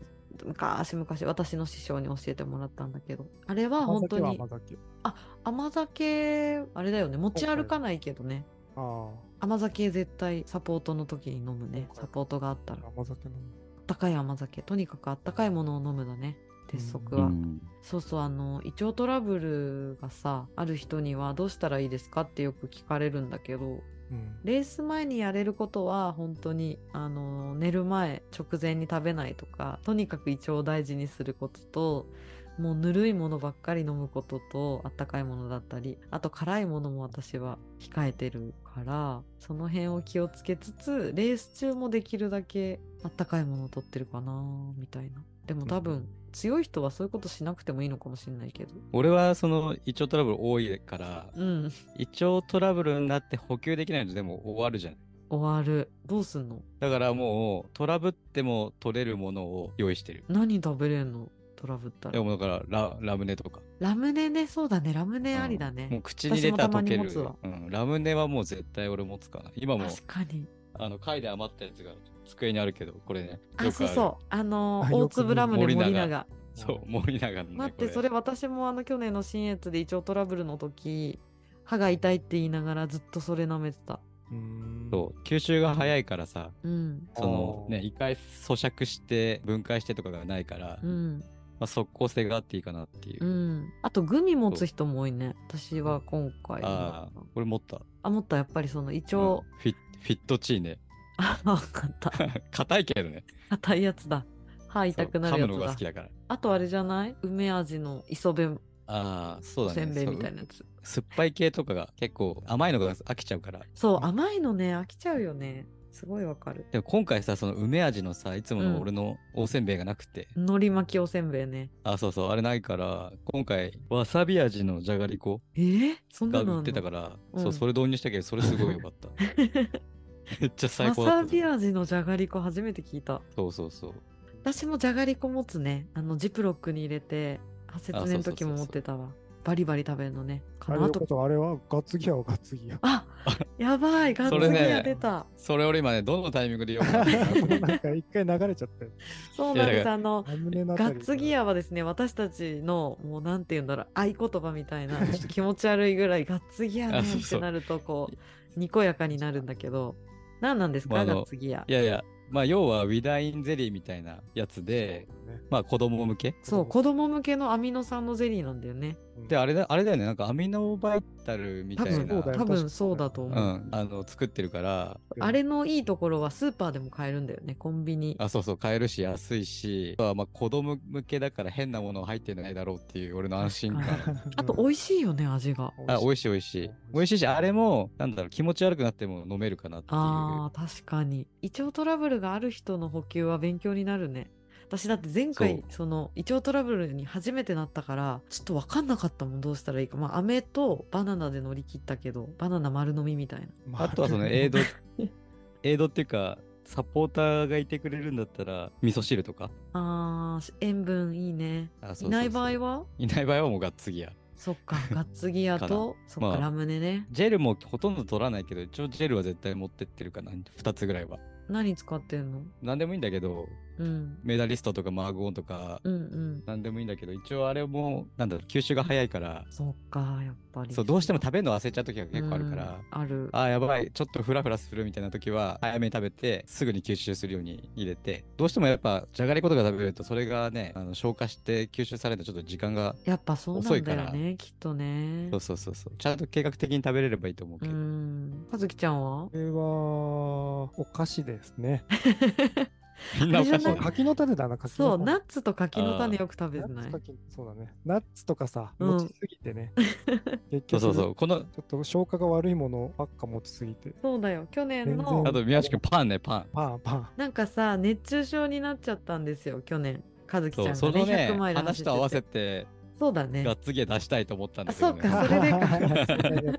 昔昔私の師匠に教えてもらったんだけどあれは本当に
甘酒は
甘酒あれだよね持ち歩かないけどね
甘
甘酒絶対サポートの時に飲むね
そうか
サポートがあったら
酒。ああ、甘酒飲む。
あったかい甘酒とにかくあったかいものを飲むだね鉄則
う
は、
ん。
そうそうあの胃腸トラブルがさある人にはどうしたらいいですかってよく聞かれるんだけど
うん。
レース前にやれることは本当にあの寝る前直前に食べないとかとにかく胃腸を大事にすることともうぬるいものばっかり飲むこととあったかいものだったりあと辛いものも私は控えてるからその辺を気をつけつつレース中もできるだけあったかいものを取ってるかなみたいなでも多分、
うん
強い人はそういうことしなくてもいいのかもしれないけど
俺はその胃腸トラブル多いから、
うん
胃腸トラブルになって補給できないのでも終わるじゃん。
終わるどうすんの
だからもう、トラブっても取れるものを用意してる。
何食べれんのトラブった
で
ら
もだからラ、ラムネとか。
ラムネねそうだねラムネありだ
も
ね
う、口に入れた
私
ら
もたま
溶
に
け
持
る
つわ。
うん、ラムネはもう絶対俺持つかな。今も、
確かに
あの、貝で余ったやつが机にあるけど、これね。
あそう
う。
そうあの
あ
大
よく
粒ラムネ
森永
森永
そう、森永のね。
待っ
こ
てそれ私もあの去年の新越で一応トラブルの時歯が痛いって言いながらずっとそれ舐めてた
うーん
そう、吸収が早いからさ、
うん
その
あー
ね、一回咀嚼して分解してとかがないから、
う
ま
ん
あ、速効性があっていいかなっていう。
うんあとグミ持つ人も多いね私は今回
ああ、これ持った。
あもっとやっぱりその胃腸、
うんフィッフィットチーネ。
あ 分かった
硬いけどね。
硬いやつだ歯痛くなる
そ
や
う噛むのが好
つ
き
だ
だから。
あとあれじゃない梅味の磯辺
ああ、そうだね。
せんべいみたい
そう
なやつ
酸っぱい系とかが結構甘いのが飽きちゃうから。
そう
うん
甘いのね飽きちゃうよねすごいわかる
でも今回さ、その梅味のさ、いつも
うん
の俺のおせんべいがなくて、
海苔巻きおせんべいね
あ、そうそう、あれないから、今回、わさび味のじゃがりこ
えー、そん
が
なのあ
売
ん
ってた
の
から、
うん
そう、それ導入したけど、それすごいよ かった。めっちゃ最
わ
高だった
さ
ぞ。
び味のじゃがりこ初めて聞いた
そうそうそう。
私もじゃがりこ持つねあのジップロックに入れて発節
あそ
目
う
の
そうそう
時
そう
も持ってたわバリバリ食べるのねか
あれ
なあ
よ
と
かったあれはガッツギアはガッツ ギア。
あやばいガ
そ
ッツ
れ
リ
ね
が出た
それ俺今ね、どのタイミングで読むか 分かんない
なんか一回流れちゃったよ。
そうなん
いや
で
だ
す
か
あの
ラムネのあた
ガ
り
ッツギアはですね私たちのもうなんて言うんだろう合言葉みたい なちょっと気持ち悪いぐらいガッツギアね
あそう
っ
そ
て
う
なるとこうにこやかになるんだけど何なんですか、
まああの
ガッツギア
いやいや、まあ要はウィダインゼリーみたいなやつで、まあ子供向け。
そう子供向けのアミノ酸のゼリーなんだよね
で、あれだあれだよね、なんかアミノバイタルみ
多
たい
分
な。
そうだよ
多分そうだと
う
思う、
ん、あの作ってるから、
あれのいいところはスーパーでも買えるんだよねコンビニ
あ、そうそう、買えるし安いし、まあまあ子供向けだから変なもの入ってないだろうっていう俺の安心
確
感。
あと美味しいよね味が
あ、美味しい美味しい。美味しいし、あれ
も。
も、なんだろう、気持ち悪くなっても飲めるかなっていう。
あー確かに胃腸トラブルがある人の補給は勉強になるね私だって前回
そ
その胃腸トラブルに初めてなったからちょっと分かんなかったもんどうしたらいいかまあ飴とバナナで乗り切ったけどバナナ丸飲みみたいな
あと はそのエイ
映
ド、エイドっていうか、サポーターがいてくれるんだったら、味噌汁とか。
あー塩分いいね
あそうそうそう
いない場合はい
ない場合はもうがっつりや。
そっ かガッツギアとそっか、
まあ
ラムネね
ジェルもほとんど取らないけど、一応ジェルは絶対持ってってるかな、2つぐらいは。
何使ってんの、
何でもいいんだけど、
うん、
メダリストとかマーゴンとか、
うんうん
何でもいいんだけど、一応あれも、なんだろう、吸収が早いから、
そっかやっぱり
そう、どうしても食べるの忘れちゃう時が結構あるから、
うんある
あーやばい、ちょっとフラフラするみたいな時は、早めに食べて、すぐに吸収するように入れて、どうしてもやっぱ、じゃがりことか食べると、それがね、あの消化して吸収されると、ちょっと時間が、
やっぱそうなんだ
遅い
よ
か
ねきっとね
そうそうそうそう、ちゃんと計画的に食べれればいいと思う
う
けど、
ん和樹ちゃんは
これは、お菓子ですね。
み んなお
あ
か
れ
し
じ
い
ゃな
そう
い
ね。
柿の種だな、柿
そ
の
う、
種。
ナッツと柿の種よく食べ
ナ
てな
ッ
い
ツ。柿そうだね。ナッツとかさ、
うん
持ちすぎてね。結
そう
局、
そうそう、この、
ちょっと消化が悪いものばっか持ちすぎて。
そうだよ、去年
全
あ
の
然、
と宮内くんパンね、パン。
パンパン。
なんかさ、熱中症になっちゃったんですよ、去年。和樹ちゃん
そ
が、ね、
う、そのね
100マイ、ル走ってて
話と合わせて、
そうだね
が。っつり出したいと思ったんだ
あ、
け
そ
ど、
う
ね。
か、それ でか。
そう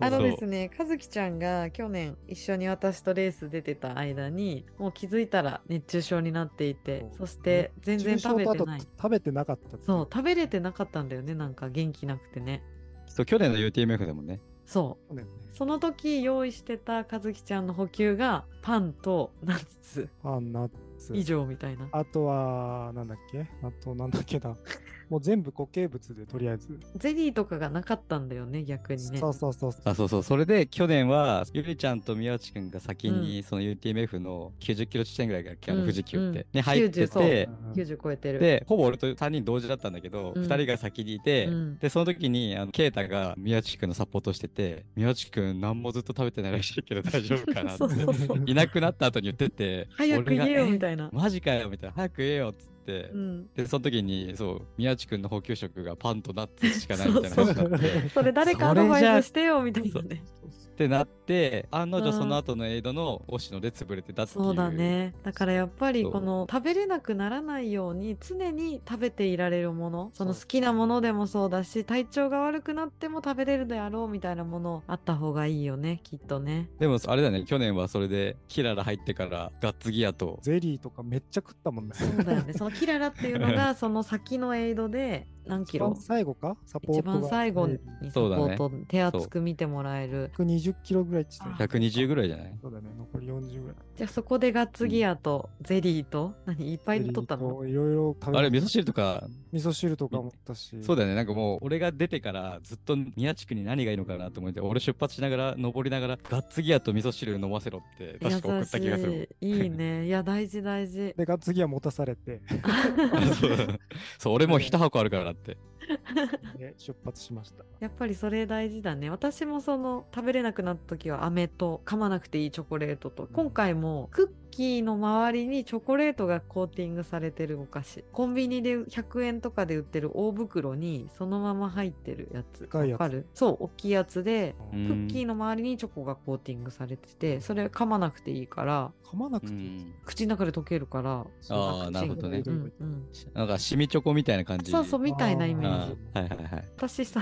あの
そう
ですね、和樹ちゃんが去年一緒に私とレース出てた間に、もう気づいたら熱中症になっていて、
そ
そうして全然食べてない
中。小とあと食べてなかったってい
そう、食べれてなかったんだよね、なんか元気なくてね。
そう、去年の UTMF でもね。
そう、
そうだよね
その時用意してた和樹ちゃんの補給がパンとナッツ
パン、ナッツ。
以上みたいな。
あとは、なんだっけあと、なんだっけな。もう全部固形物で、とりあえず。
ゼリーとかがなかったんだよね、逆にね。
そうそうそうそう。
あ、そうそう。それで、去年は、ゆりちゃんと宮内くんが先に、その UTMF の90キロ地点ぐらいから、あ
うん
の富士急
う
っ
ん
て、に入って
90そう
て、
うん
90超えてる。
で、ほぼ俺と3人同時だったんだけど、
うん
2人が先にいて、
うん
で、その時に、あの、ケイタが宮内くんのサポートしてて、宮内くん、何もずっと食べてないらしいけど大丈夫かなっ て
そうそうそう。
いなくなった後に言ってて、
早く言えよ
俺
み
が
たいな
え。マジかよみたいな、早く言えよっつって、
うん。
で、その時に、そう、宮内くんの補給食がパンとナッツしかないみたいな話になって、
それ誰かアドバイスしてよみたいなね。
そうそう
ってなって、案の
う
定
ん
その後のエイドのシ野で潰れてたっていう。
そうだ。ねだからやっぱり
そう
この食べれなくならないように常に食べていられるものその
そう
好きなものでもそうだし体調が悪くなっても食べれるであろうみたいなものあった方がいいよねきっとね
でもあれだね、去年はそれでキララ入ってからガッツギアと。
ゼリーとかめっちゃ食ったもんね。
そうだよねそのキララっていうのがその先のエイドで何キロ
一番最後かサポー
一
トが。
番最後にサポー
そ
ト手厚く見てもらえる
120キロぐらいっつってたよね
120ぐらいじゃない
そうだね、残り40ぐらい。
じゃあそこでガッツギアとゼリーと何いっぱい取ったの
ゼリーといろいろ食べ
あれ、味噌汁とか、
味噌汁とかもあったし。
そうだよね、なんかもう、俺が出てから、ずっと宮地区に何がいいのかなと思って、俺出発しながら、登りながら、ガッツギアと味噌汁飲ませろって、確か送った気がするもん。
優しいいいねいや大事大事
で、が次は持たさ れて、
あそうだ そう、俺もう一箱あるからって。
で出発しました。
やっぱりそれ大事だね私もその食べれなくなった時は飴と噛まなくていいチョコレートと今回もクッキーの周りにチョコレートがコーティングされてるお菓子コンビニで100円とかで売ってる大袋にそのまま入ってるやつ
かいやつ
わかるそう大きいやつで
あ
うん
ー
クッキーの周りにチョコがコーティングされててそれ噛まなくていいから
噛まなく
う
ていい。
ん。
口の中で溶けるから
あーなるほどね
う
うんん
うん
なんか、シミチョコみたいな感じ。
そうそうみたいなイメー
あ
ジ
ーはいはいはい。
私さ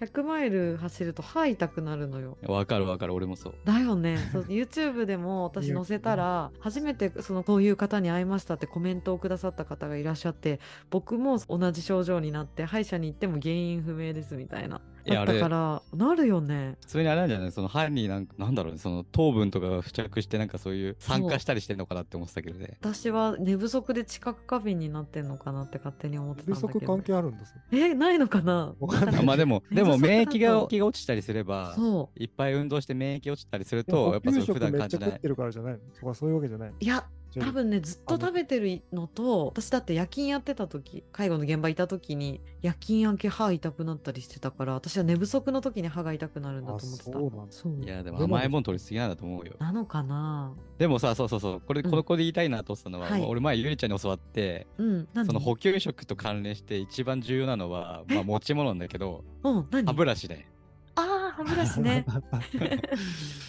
100マイル走ると歯痛くなるのよ
わかるわかる、俺もそう。
だよ ねそう YouTube でも私載せたら初めてそのこういう方に会いましたってコメントをくださった方がいらっしゃって僕も同じ症状になって歯医者に行っても原因不明ですみたいない
や
だったからなるよね
それにあれなんじゃないその歯になんか、なんだろうね、その糖分とかが付着して、なんかそういう酸化したりしてんのかなって思ってたけどね。
私は寝不足で知覚過敏になってんのかなって勝手に思ってたん
不
だ
足
けど
関係あるんですよ。
えないのかな
わかんない
あまあでも、
水
でも免
素
疫
だ
が
と
気が落ちたりすれば、
そう
いっぱい運動して免疫落ちたりする
でも
と、やっぱそ
給
う普
食
段
め
感
っ
じ
ちゃ
ない
食っ。てるからじゃないのとかそういうわけじゃないの
いや
じゃあ
多分ねずっと食べてるのと私だって夜勤やってた時介護の現場いた時に夜勤明け歯痛くなったりしてたから私は寝不足の時に歯が痛くなるんだと思ってた
あそうなんだ
そう
いや、でも甘いもん取りすぎなんだと思うよ。
なのかな
でもさ、そうそうそう、これ、
うん
この子で言いたいなと思ってたのは、
はい
俺前、ゆりちゃんに教わって、
うん何
その補給食と関連して一番重要なのは、まあ持ち物なんだけど、
うん何
歯ブラシだよ。
あー歯ブラシ ね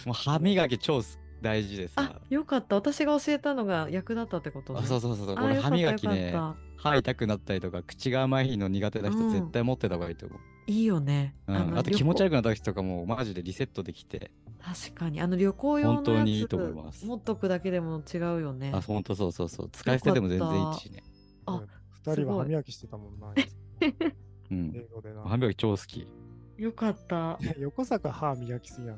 もう歯磨き超大事で
あ
さ。
よかった私が教えたのが役立ったってことね
あそうそうそうそう、
あ
俺
よか
歯
ったよ
磨
か
き
っ
ね、
た
歯痛くなったりとか、口が甘いの苦手な
う
人
ん
絶対持ってた方がいいと思う。
いいよね
うんあと気持ち
よ
悪くなった時とかもマジでリセットできて、
確かにあの旅行用のや
本
つ
当にいいと思います
持っとくだけでも違うよね
あ、ほんとそうそうそう、使い捨てでも全然いいしね。
あ
二人は
すご
歯
い
磨きしてたもんな。
うん。
英語でな。
歯磨き超好き。
よかった
いや横坂歯磨きすぎやん。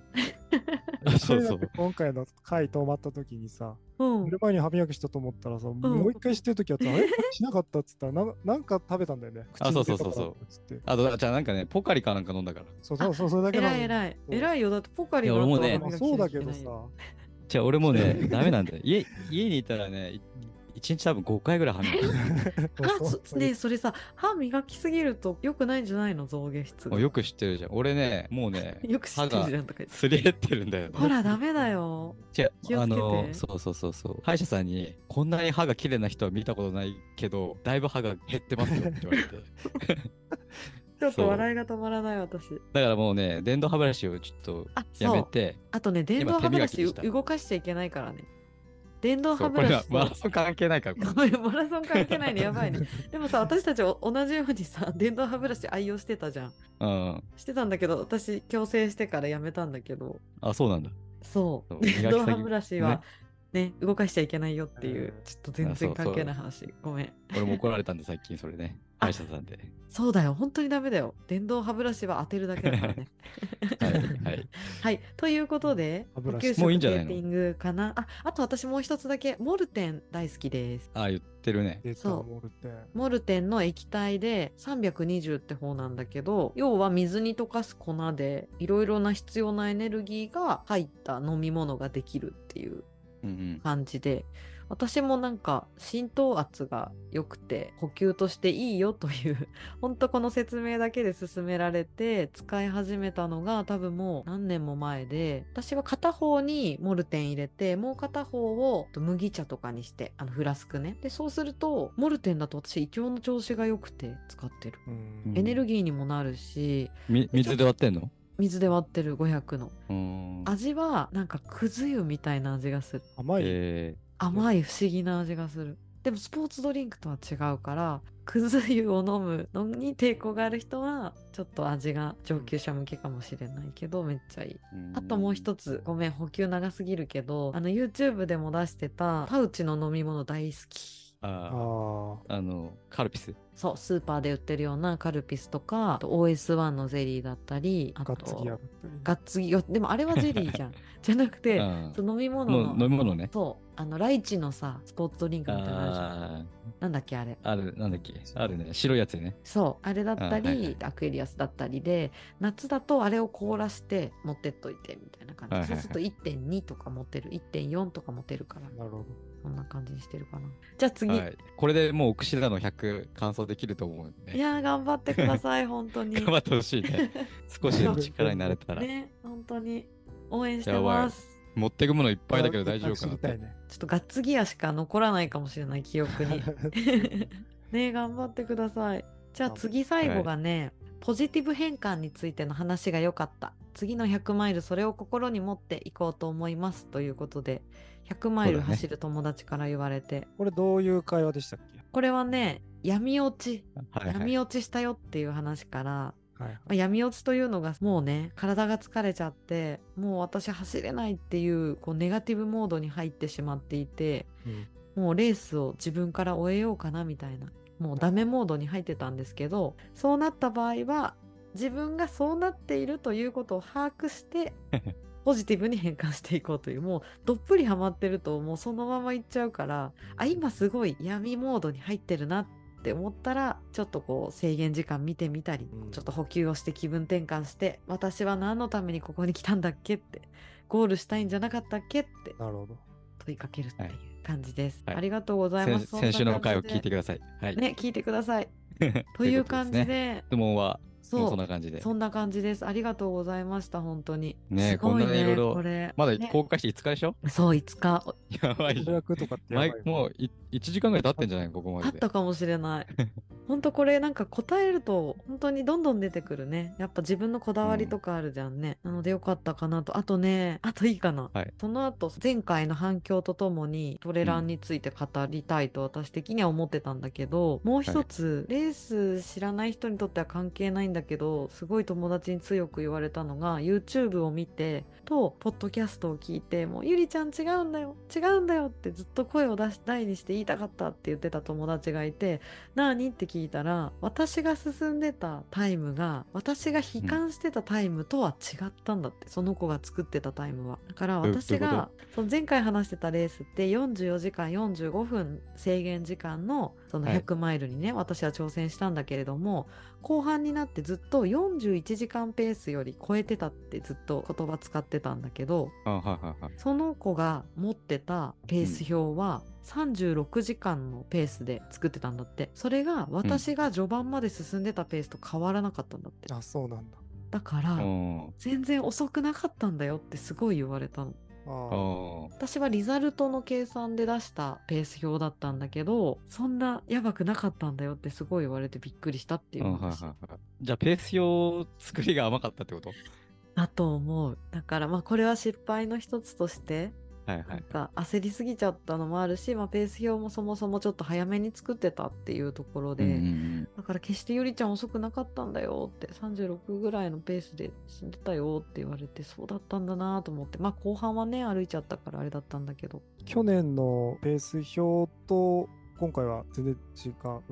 あそうそう
だって今回の回止まった時にさ、
うん
寝る前に歯磨きしたと思ったらさ、もう一回してる時はさ、あれしなかったっつったら、ななんか食べたんだよね。
あそうそうそう
口
そう
に入れたからっつって
あと、じゃあなんかね、ポカリかなんか飲んだから。
そうそうそう、それだけ
偉い
い。
偉い
そう
偉いよだってポカリ
いや
が
俺も
あ
ね
ったら
まあそうだけど
歯磨きし
さ
な、
じゃあ俺もね、ダメなんだよ。家、家にいたらね、い一日多分5回ぐらい歯磨きして
いあ
そうそう
そねそれさ歯磨きすぎると良くないんじゃないの増下質
る。あよく知ってるじゃん。俺ね、もうね、
よく知ってるじゃんとか言って
すり減ってるんだよね。
ほらダメだよ
違う
気をつけて
あのそうそうそうそう歯医者さんに「こんなに歯が綺麗な人は見たことないけどだいぶ歯が減ってますよ」って言われて
ちょっ
そ
と
う
笑いが止まらない私
だからもうね電動歯ブラシをちょっと
あ
や
そ
め
う
て
あとね電動
今
歯
手
ブラ
磨き
シ
した
動かしちゃいけないからね電動
そ
歯
う
ブ
これ
ラ
は
シ
マラソン関係ないから
ごめんマラソン関係ないねやば いねでもさ私たちお同じようにさ電動歯ブラシ愛用してたじゃん
うん
してたんだけど私矯正してからやめたんだけど
あそうなんだ
そ
そうう磨き
電動歯
先
ブラシはね動かしちゃいけないよっていう
うん
ちょっと全
あそ
然
うそう
関係ない話ごめん
俺も怒られたんで最近それね
あ
歯医者さんで
そうだよ本当にダメだよ電動歯ブラシは当てるだけだ からね
はい、はい、
はいということで
歯ブラ
補
シ
給食
もういいんじゃないの
テーピングかなああと私もう一つだけモルテン大好きです
あ言ってる ね
出た
そう
モルテン
モルテンの液体で320って方なんだけど要は水に溶かす粉でいろいろな必要なエネルギーが入った飲み物ができるっていう
うんうん
感じで私もなんか浸透圧が良くて補給としていいよという ほんとこの説明だけで勧められて使い始めたのが多分もう何年も前で私は片方にモルテン入れてもう片方をと麦茶とかにしてあのフラスクねでそうするとモルテンだと私胃腸の調子が良くて使ってる
うん
エネルギーにもなるし
み水で割ってんの
水で割ってる500の
うん。
味はなんかくず湯みたいな味がする
甘い、
え
甘い不思議な味がするでもスポーツドリンクとは違うからくず湯を飲むのに抵抗がある人はちょっと味が上級者向けかもしれないけどめっちゃいい
ーうん
あともう一つごめん補給長すぎるけどあの YouTube でも出してたパウチの飲み物大好き
あ
あ
ー
あ、あの、カルピス。
そうスーパーで売ってるようなカルピスとかあと OS1 のゼリーだったりあ
がっつ
と
きやがって
がっつぎよでもあれはゼリー じゃんじゃなくて
うん
そう飲み物の
もう飲み物ね。
そうあのライチのさスポーツドリンクみたいなのあるじゃん
あ
なんだっけあれ
あ、ある、なんだっけ。あるね。白いやつね。
そうあれだったり、
あはいはい
アクエリアスだったりで夏だとあれを凍らして持ってっといてみたいな感じ、
はいはいはい
そうすると1.2とか持てる1.4とか持てるから
なるほど
そんな感じにしてるかなじゃあ次、、
はいい。これでもう、串田の100完走できると思うんでね。
やー頑張ってくだ さい本当に
頑張ってほし いね。少しでも力になれたら。
ね本当に応援して
やばい
ます
持ってくものいっぱいだけど大丈夫かな
知
っ
りたい
て。
ね
ちょっとガッツギアしか残らないかもしれない記憶に ね頑張ってくださいじゃあ
頑張
次最後がね、ポジティブ変換についての話が良かった次の100マイルそれを心に持っていこうと思いますということで100マイル
そうだね
走る友達から言われて、
これどういう会話でしたっけ
これはね闇落ち
はいはい。
闇落ちしたよっていう話から
はいはい
まあ闇落ちというのがもうね体が疲れちゃってもう私走れないっていうこうネガティブモードに入ってしまっていて、もうレースを自分から終えようかなみたいなもうダメモードに入ってたんですけどそうなった場合は自分がそうなっているということを把握して ポジティブに変換していこうというもうどっぷりハマってるともうそのままいっちゃうからあ今すごい闇モードに入ってるなって思ったらちょっとこう制限時間見てみたり、
うん
ちょっと補給をして気分転換して私は何のためにここに来たんだっけってゴールしたいんじゃなかったっけって
なるほど
問いかけるってい
はいう
感じです。
はい
ありがとうございます。
先
そんな
先週の回を
感じで
聞いてください。はい。
ね、聞いてください。と
と
い
いうう
感
感
じで、
じで質問は、
そ
も
う
うそんな感じで。
そんな感じです。ありがとうございました、本当に。
ね
すごい
こんなに
ね、
色々
これ。
まだ
ね
公開して5日でしょ
そう、5日
やばいじゃん。
役とかってやばい
前
よね
もうい1時間ぐらい経ってんじゃないここま
あっ
でで
た。かもしれ ない。本当これなんか答えると本当にどんどん出てくるね。やっぱ自分のこだわりとかあるじゃんね。なのでよかったかなと。あとね、あといいかな。
はい
その後前回の反響とともにトレランについて語りたいと私的には思ってたんだけど、もう一つ、レース知らない人にとっては関係ないんだけど、すごい友達に強く言われたのが YouTube を見てとポッドキャストを聞いてもうゆりちゃん違うんだよ違うんだよってずっと声を出し大にして言いたかったって言ってた友達がいて何って聞いたら私が進んでたタイムが私が悲観してたタイムとは違ったんだって、その子が作ってたタイムはだから
どういうこと
私がその前回話してたレースって44時間45分制限時間のその
はい
100マイルにね、私は挑戦したんだけれども後半になってずっと41時間ペースより超えてたってずっと言葉使ってたんだけど
あはいはいはい。
その子が持ってたペース表は36時間のペースで作ってたんだってそれが私が序盤まで進んでたペースと変わらなかったんだって
あそうなんだ
だから
うん。
全然遅くなかったんだよってすごい言われたの
あー
うん。
私はリザルトの計算で出したペース表だったんだけどそんなやばくなかったんだよってすごい言われてびっくりしたっていう
うん
話、
はいはいはいじゃあ、ペース用作りが甘かったってこと
だと思うだからまあこれは失敗の一つとして
はいは
なん
い。
か焦りすぎちゃったのもあるし、まあ、ペース表もそもそもちょっと早めに作ってたっていうところで、
うんうん
だから決してゆりちゃん遅くなかったんだよって36ぐらいのペースで死んでたよって言われてそうだったんだなと思ってまあ後半はね歩いちゃったからあれだったんだけど
去年のペース表と今回は全然違う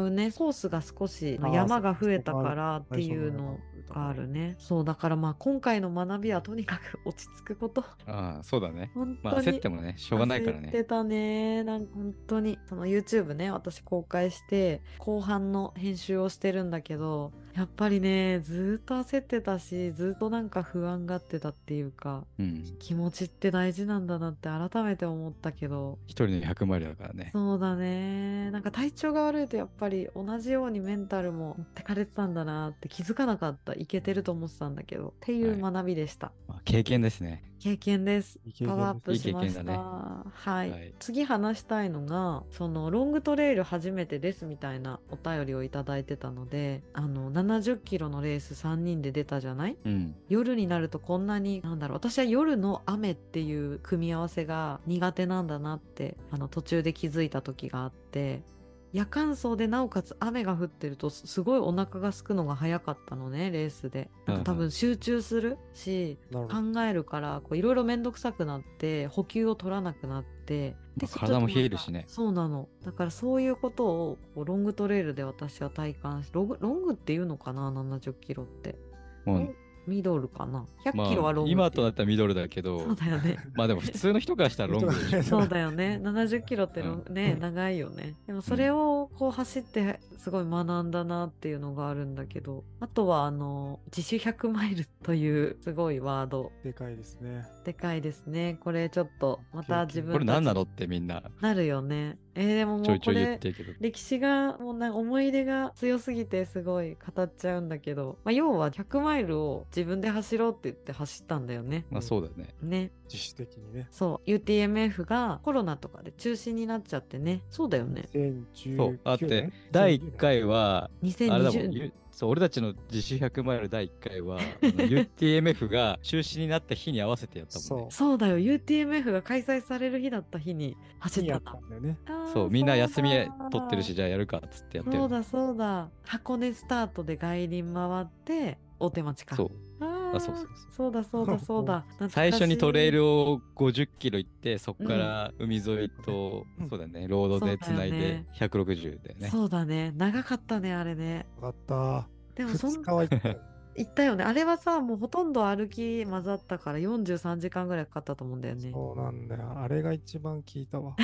違うねコースが少し
あー
山が増えたからっていうのがあるねそうだからまあ今回の学びはとにかく落ち着くこと
うんああ、そうだね。
本当
ま
に、
あ、焦ってもね、しょうがないから
焦って
ね。
たね。なんか本当に。その YouTube ね、私公開して、後半の編集をしてるんだけど、やっぱりね、ずーっと焦ってたし、ずーっとなんか不安がってたっていうか、
うん。
気持ちって大事なんだなって改めて思ったけど、
一人の100マイルだからね。
そうだね。なんか体調が悪いとやっぱり同じようにメンタルも持ってかれてたんだなって気づかなかった。いけてると思ってたんだけど、っていう
は
学びでした。
まあ経験ですね。
経験です。
いい経験で
パ
す
ワーアップ
いい経
し
験
ました。
だね
はい、
はい
次話したいのが、そのロングトレイル初めてですみたいなお便りをいただいてたので、あの70キロのレース3人で出たじゃない？
うん。
夜になるとこんなになんだろう私は夜の雨っていう組み合わせが苦手なんだなってあの途中で気づいた時があって夜間走でなおかつ雨が降ってるとすすごいお腹が空くのが早かったのねレースでなんか多
うんう
分集中するし
なるほど。
考えるからこういろいろ面倒くさくなって補給を取らなくなって
まあ体も
そっちょっとまた
冷えるしね
そうなのだからそういうことをこうロングトレイルで私は体感しログロングっていうのかな70キロって
も
うん
う、
ミドルかな
ま
100キロは
あ
ロン、グっていう、
今となったらミドルだけど
そう、だよ ね
まあでも普通の人からしたらロングでしょ。
そうだよね70キロってのね、
うん
長いよねでもそれをこう走ってすごい学んだなっていうのがあるんだけどあとはあの自主100マイルというすごいワード
でかいですね。
でかいですねこれちょっとまた自
経験
分
これ何なの
た
っ
ち
てみんな
なるよねえーでも
ち
も
ょ
う
いち
こ
ょい言っ
れ
てるけど。
歴史がもうなんか思い出が強すぎてすごい語っちゃうんだけど、まあ、要は100マイルを自分で走ろうって言って走ったんだよね。
まあそうだよね。
ね
自主的にね。
そう UTMF がコロナとかで中止になっちゃってねそうだよね
2019
そう。あって
年、
第1回は、あれだもん、
2020
ゆそう、俺たちの自主100マイル第1回は、あの UTMF が中止になった日に合わせてやったもん
そ
ね。
そうだよ 2019UTMF が開催される日だった日に走っ
にや
た
っ
ん
た
だ
んだよね。
あー
そう、みんな休み取ってる
そ
し、
う
じゃあやるかっつってや
だ
ってる
そう。だそうだ箱根スタートで外輪回って大手町か
そう。
あー
あそうそうそう
そうだそうだそう だ懐かしい
最初にトレイルを50キロ行って、そこから海沿いと、
うん
そうだね、ロードでつない
そうだよ
で
ね
160だよね。
そうだね長かったねあれね
よかった。
でもそん
2日は行った よ。
行ったよねあれはさもうほとんど歩き混ざったから43時間ぐらいかかったと思うんだよね
そうなんだよ。あれが一番効いたわ。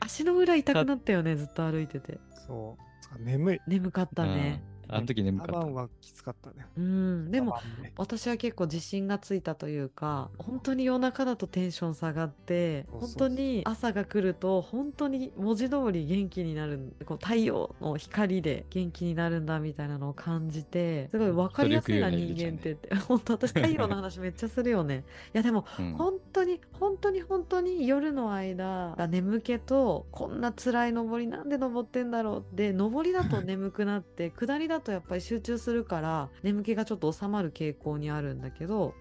足の裏痛くなったよねずっと歩いてて
そう。つか眠い。
眠かったね
うん。あの時眠か
ア
っ
バン
た。
はきつかったね。
うんでも
アバンね
私は結構自信がついたというか本当に夜中だとテンション下がって
そうそう
本当に朝が来ると本当に文字通り元気になるこう太陽の光で元気になるんだみたいなのを感じてすごい分かりやすいな
それよく言うよね
人
ゆりち
間
ゃ
ってっ
んね
て 本当私太陽の話めっちゃするよねいやでも
うん
本当に本当に本当に夜の間が眠気とこんな辛い登りなんで登ってんだろうで登りだ と眠くなって下りだとやっぱり集中するから眠気がちょっと収まる傾向にあるんだけど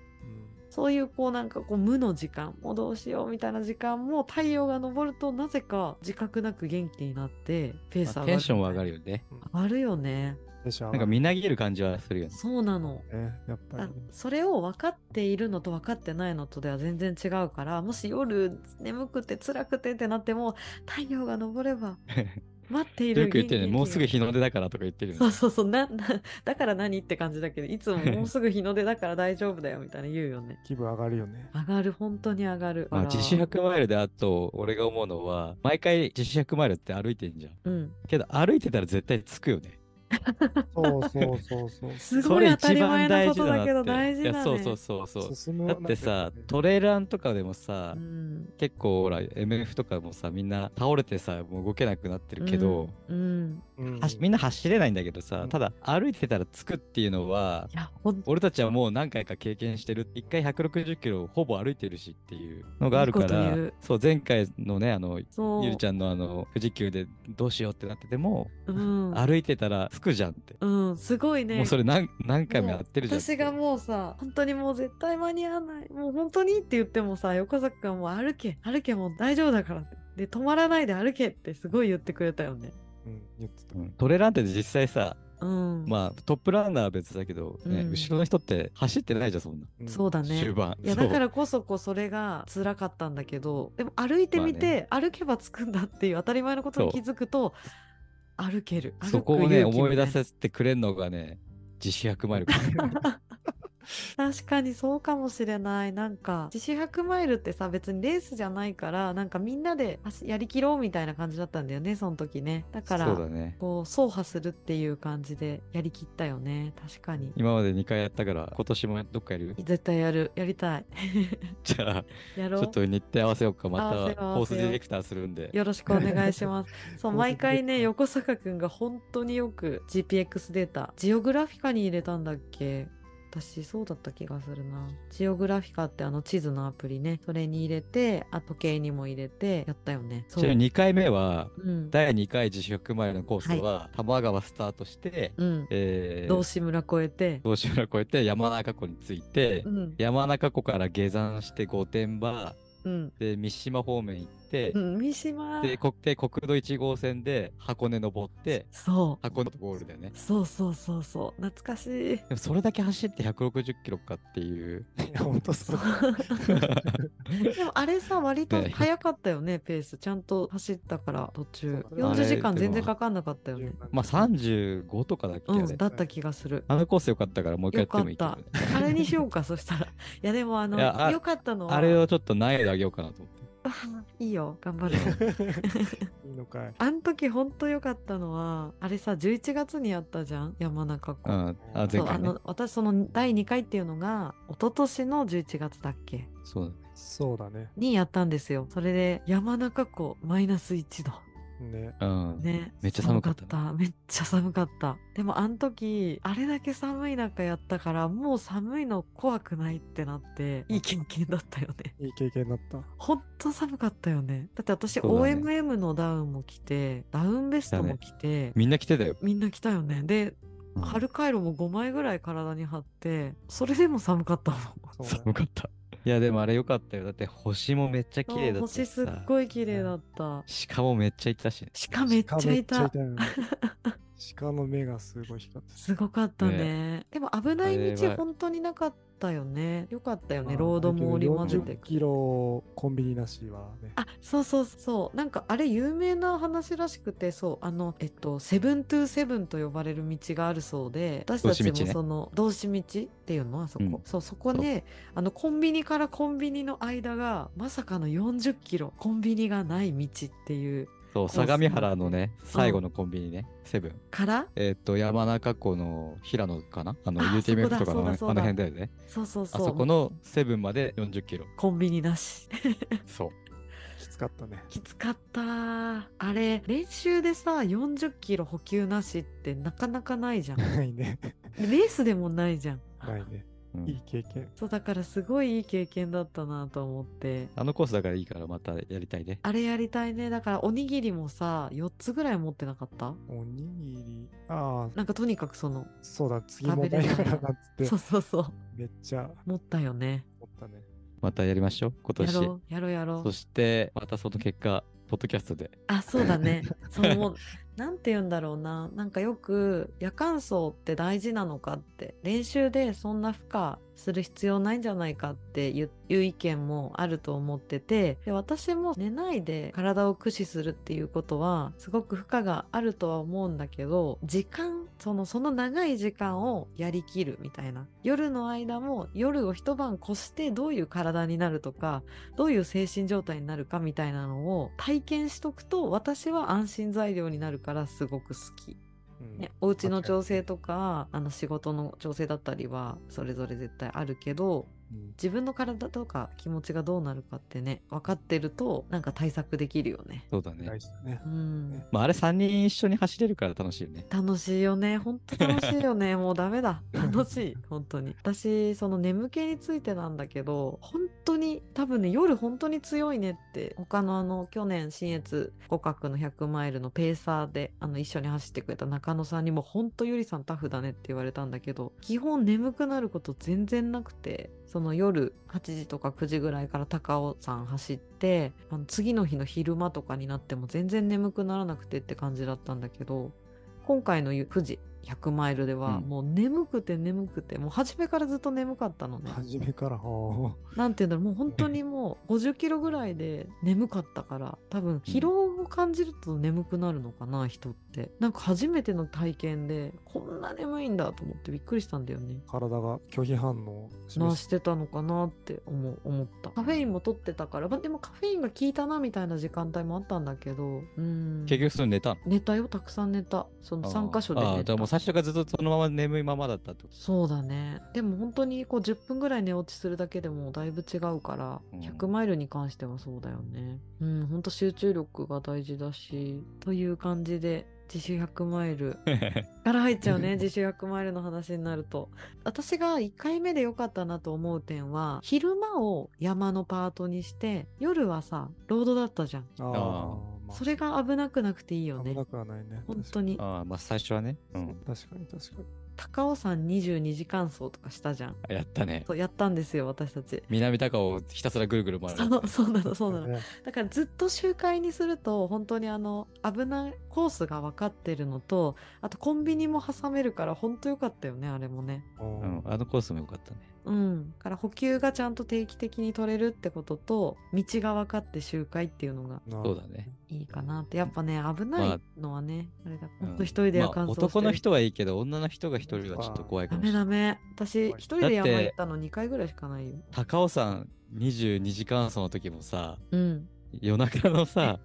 そういうこうなんかこう無の時間もうどうしようみたいな時間も太陽が昇るとなぜか自覚なく元気になってペース上が
まあ
る
テンションは上が
る
るよね。
上がるよね
うん。テンショ
な
ン
んか
上がる
みなぎる感じはするよね。
そうなの
ね。やっぱ
あ
りね。
それを分かっているのと分かってないのとでは全然違うからもし夜眠くて辛くてってなっても太陽が昇れ ば待っている
よく言ってるね、
元気が
もうすぐ日の出だからとか言ってるよ
そう
ね。
そうそうな なだから何って感じだけどいつももうすぐ日の出だから大丈夫だよみたいな言うよね
気分上がる よね。
上がる本当に上がる
まあ、
から
自主100マイルであと、俺が思うのは、毎回自主100マイルって歩いてんじゃん。
うん
けど、歩いてたら絶対着くよね。
そうそうそうそう。
す
そ
ごい
れ
当た
一
り前な
番大
こ
事
と
だな
だ
っ
け
て。
ど大事
い
だ
や
ね
そうそうそうそう。
進む
だってさ、ト
レ
レーランとかでもさ、
うん
結構ほら、MF とかもさ、みんな倒れてさ、もう動けなくなってるけど、
うん、うん
うん
はしみんな走れないんだけど
う
さ
ん、
ただ歩いてたら着くっていうのは、
いやほん
俺たちはもう何回か経験してる1回160キロほぼ歩いてるしっていうのがあるか
いいこ
ら
と言う
そう前回のねあの
そう
ゆりちゃんのあの富士急でどうしようってなってても、
うん
歩いてたら着くじゃんって、
うんすごいね
もうそれ何何回もやってるじゃんって
私がもうさ本当にもう絶対間に合わないもう本当にって言ってもさ横坂がもう歩け歩けもう大丈夫だからってで止まらないで歩けってすごい言ってくれたよね
うん言ってた。
うんトレランって実際さ
うん、
まあトップランナーは別だけど、ね
うん
後ろの人って走ってないじゃんそんな、
うん
そうだね
終盤
いや
そう
だからこそこうそれが辛かったんだけどでも歩いてみて、歩けば着くんだっていう当たり前のことに気づくと歩ける歩く
そこをね
勇気も
思い出させてくれるのがね自主100マイルか
確かにそうかもしれないなんか自主100マイルってさ別にレースじゃないからなんかみんなで走やりきろうみたいな感じだったんだよねその時ねだから
そうだね
こう走破するっていう感じでやりきったよね確かに
今まで2回やったから今年もどっかやる
絶対やるやりたい
じゃあ
や
ち
ろ
ょっ
う
と日程合わせようか。ま
合わせよう
た
合わせよう
コースディレクターするんで。
よろしくお願いします。そう
コース
毎回
ディレクタ
ね
ー
横坂くんが本当によく GPX データジオグラフィカに入れたんだっけ私そうだった気がするなジオグラフィカってあの地図のアプリねそれに入れてあ時計にも入れてやったよねそ
ちな
う
み、に2回目は、
うん
第2回自主100マイルのコースは、多摩川スタートして、
うん、
えー、
道志村越えて、
道志村越えて山中湖に着いて、
うん
山中湖から下山して御殿場
うん
で三島方面行って、
うん、三島
で国で国道1号線で箱根登って
そう
箱根とゴールだよね。
そうそうそうそう懐かし い
でもそれだけ走って160キロかっ ていう。
いや、本当そう。
でもあれさ割と
ね
早かったよねペースちゃんと走ったから途中
そう
40時
あ
間
れ
全然かかんなかったよね
まあ35とかだっけ、あ
う
れ
んだった気がする
あのコースよかったからもう一回やってもいいけどね、
あれにしようか、そしたら。 いや、でも、あの、
いやあ
良かったのは。
あれをちょっと苗であげようかなと思って。
いいよ、頑張るよ。
いいのかい。
あの時、ほんと良かったのは、あれさ、11月にやったじゃん、山中湖。
うん、あ
そうあ
前回ね。
の私その第2回っていうのが一昨年の11月だっけ
そう
そうだね。
にやったんですよそれで山中湖マイナス1度
ね。
だね。うん。
ね
めっちゃ寒かったね
寒めっちゃ寒かったでもあの時あれだけ寒い中やったからもう寒いの怖くないってなっていい経験だったよね
いい経験にな った。
ほんと寒かったよね。だって私、
そうだね
OMM のダウンも着て、ダウンベストも着て、
みんな来てたよ。
みんな着たよね。で、
うん
春カイロも5枚ぐらい体に貼って、それでも寒かったもん。
そうだ
寒かった。 いやでもあれよかったよ。だって星もめっちゃ綺麗だったし
星すっ
さ。
ごい綺麗だった。
鹿もめっちゃいたし、ね。
鹿めっちゃい
鹿め
た
っ。よね鹿の目がすごい光って
すごかったね。でも危な
あ
い
れ
道
は
本当になかったよね。よかったよ
た。
ね。ロードも織り交ぜて
40。キロコンビニなしはね。
あそうそうそうなんかあれ有名な話らしくてそうあのえっとセブントゥーセブンと呼ばれる道があるそうで私たち
道し
も
道ね
その道志道,、っていうのはそこ、
うん
そうそこねあのコンビニからコンビニの間がまさかの40キロコンビニがない道っていう
そう、
そう
相模原のね、最後のコンビニね、セブン。
から
えーっと、山中湖の平野かなあの、
あーそこ
UTMF
だ
とかのあのあ
そうだそうだ
の辺だよね。
そうそう
あ
そう
そこのセブンまで40キロ。
コンビニなし
そう。
きつかっ たね。
きつかったーあれ練習でさ40キロ補給なしってなかなかない じゃん
ないね。
レースでもないじゃん
ないね。
うん
いい経験。
そうだからすごいいい経験だったなと思って
あのコースだからいいからまたやりたいね。
あれやりたいねだからおにぎりもさ4つぐらい持ってなかった
おにぎり。ああ、
なんかとにかくその
そうだ。次もないからなんつって
そう。そうそう
めっちゃ
持ったよね
思ったね。
またやりましょう、今
や
年。
ろうやろうやろう
そして、またその結果、ポッドキャストで。
あそうだねそのなんて言うんだろうななんかよく夜間走って大事なのかって練習でそんな負荷する必要ないんじゃないかっていういう意見もあると思っててで私も寝ないで体を駆使するっていうことはすごく負荷があるとは思うんだけど時間そのその長い時間をやりきるみたいな夜の間も夜を一晩越してどういう体になるとかどういう精神状態になるかみたいなのを体験しとくと私は安心材料になるからすごく好き、
うん
ね、お家の調整とかあの仕事の調整だったりはそれぞれ絶対あるけど
うん
自分の体とか気持ちがどうなるかってね分かってるとなんか対策できるよね
そうだね
大。事だね。
うん
まあ、あれ3人一緒に走れるから楽しいよね。
楽しいよね本当楽しいよねもうダメだ楽しい本当に私その眠気についてなんだけど本当に多分ね夜本当に強いねって他のあの去年信越五角の100マイルのペーサーであの一緒に走ってくれた中野さんにも本当ゆりさんタフだねって言われたんだけど基本眠くなること全然なくてその夜8時とか9時ぐらいから高尾山走ってあの次の日の昼間とかになっても全然眠くならなくてって感じだったんだけど今回の富士100マイルでは
うん
もう眠くて眠くて、もう初めからずっと眠かったのね。
初めから、ほ
なんていうんだろうもう本当にも う50キロぐらいで眠かったから多分疲労を感じると眠くなるのかな人ってなんか初めての体験でこんな眠いんだと思ってびっくりしたんだよね。
う体が拒否反応を
な
示す
してたのかなって思う思ったカフェインも取ってたから、まあ、でもカフェインが効いたなみたいな時間帯もあったんだけどうん
結局、それ寝たの。
寝たよたくさん寝たその3箇所で
あーあー
寝
だからも
た
う最初からずっとそのまま眠いままだったってこと
そうだねでも本当にこう10分ぐらい寝落ちするだけでもだいぶ違うから、
うん
100マイルに関してはそうだよねうん本当集中力が大事だしという感じで自主100マイルから入っちゃう ね自主100マイルの話になると私が1回目で良かったなと思う点は昼間を山のパートにして夜はさロードだったじゃん、
あー
あ
まあ
それが危なくなくていいよ
危
ね
なくはないね。
本当に
ああ、まあ最初はね。うん。
確かに確かに。
高尾山22時間走とかしたじゃん
やったね。
そうやったんですよ私たち
南高尾をひたすらぐるぐる回る。
そう そうなのそうなの
ね
だからずっと周回にすると本当にあの危ないコースが分かってるのとあとコンビニも挟めるから本当良かったよねあれもね。
うん
うん。あのコースも良かったね。
うん、だから補給がちゃんと定期的に取れるってことと道が分かって周回っていうのが
な
そうだね。
いいかなってやっぱね危ないのはね、あ、れだ
うん
本当一人で夜
まあ
間走してる、
男の人はいいけど、女の人が一人はちょっと怖いか
ダ
も
メ
しれない。
ダメ私
だって
一人で山行ったの2回ぐらいしかないよ。
高尾山22時間走の時もさ、
うん
夜中のさ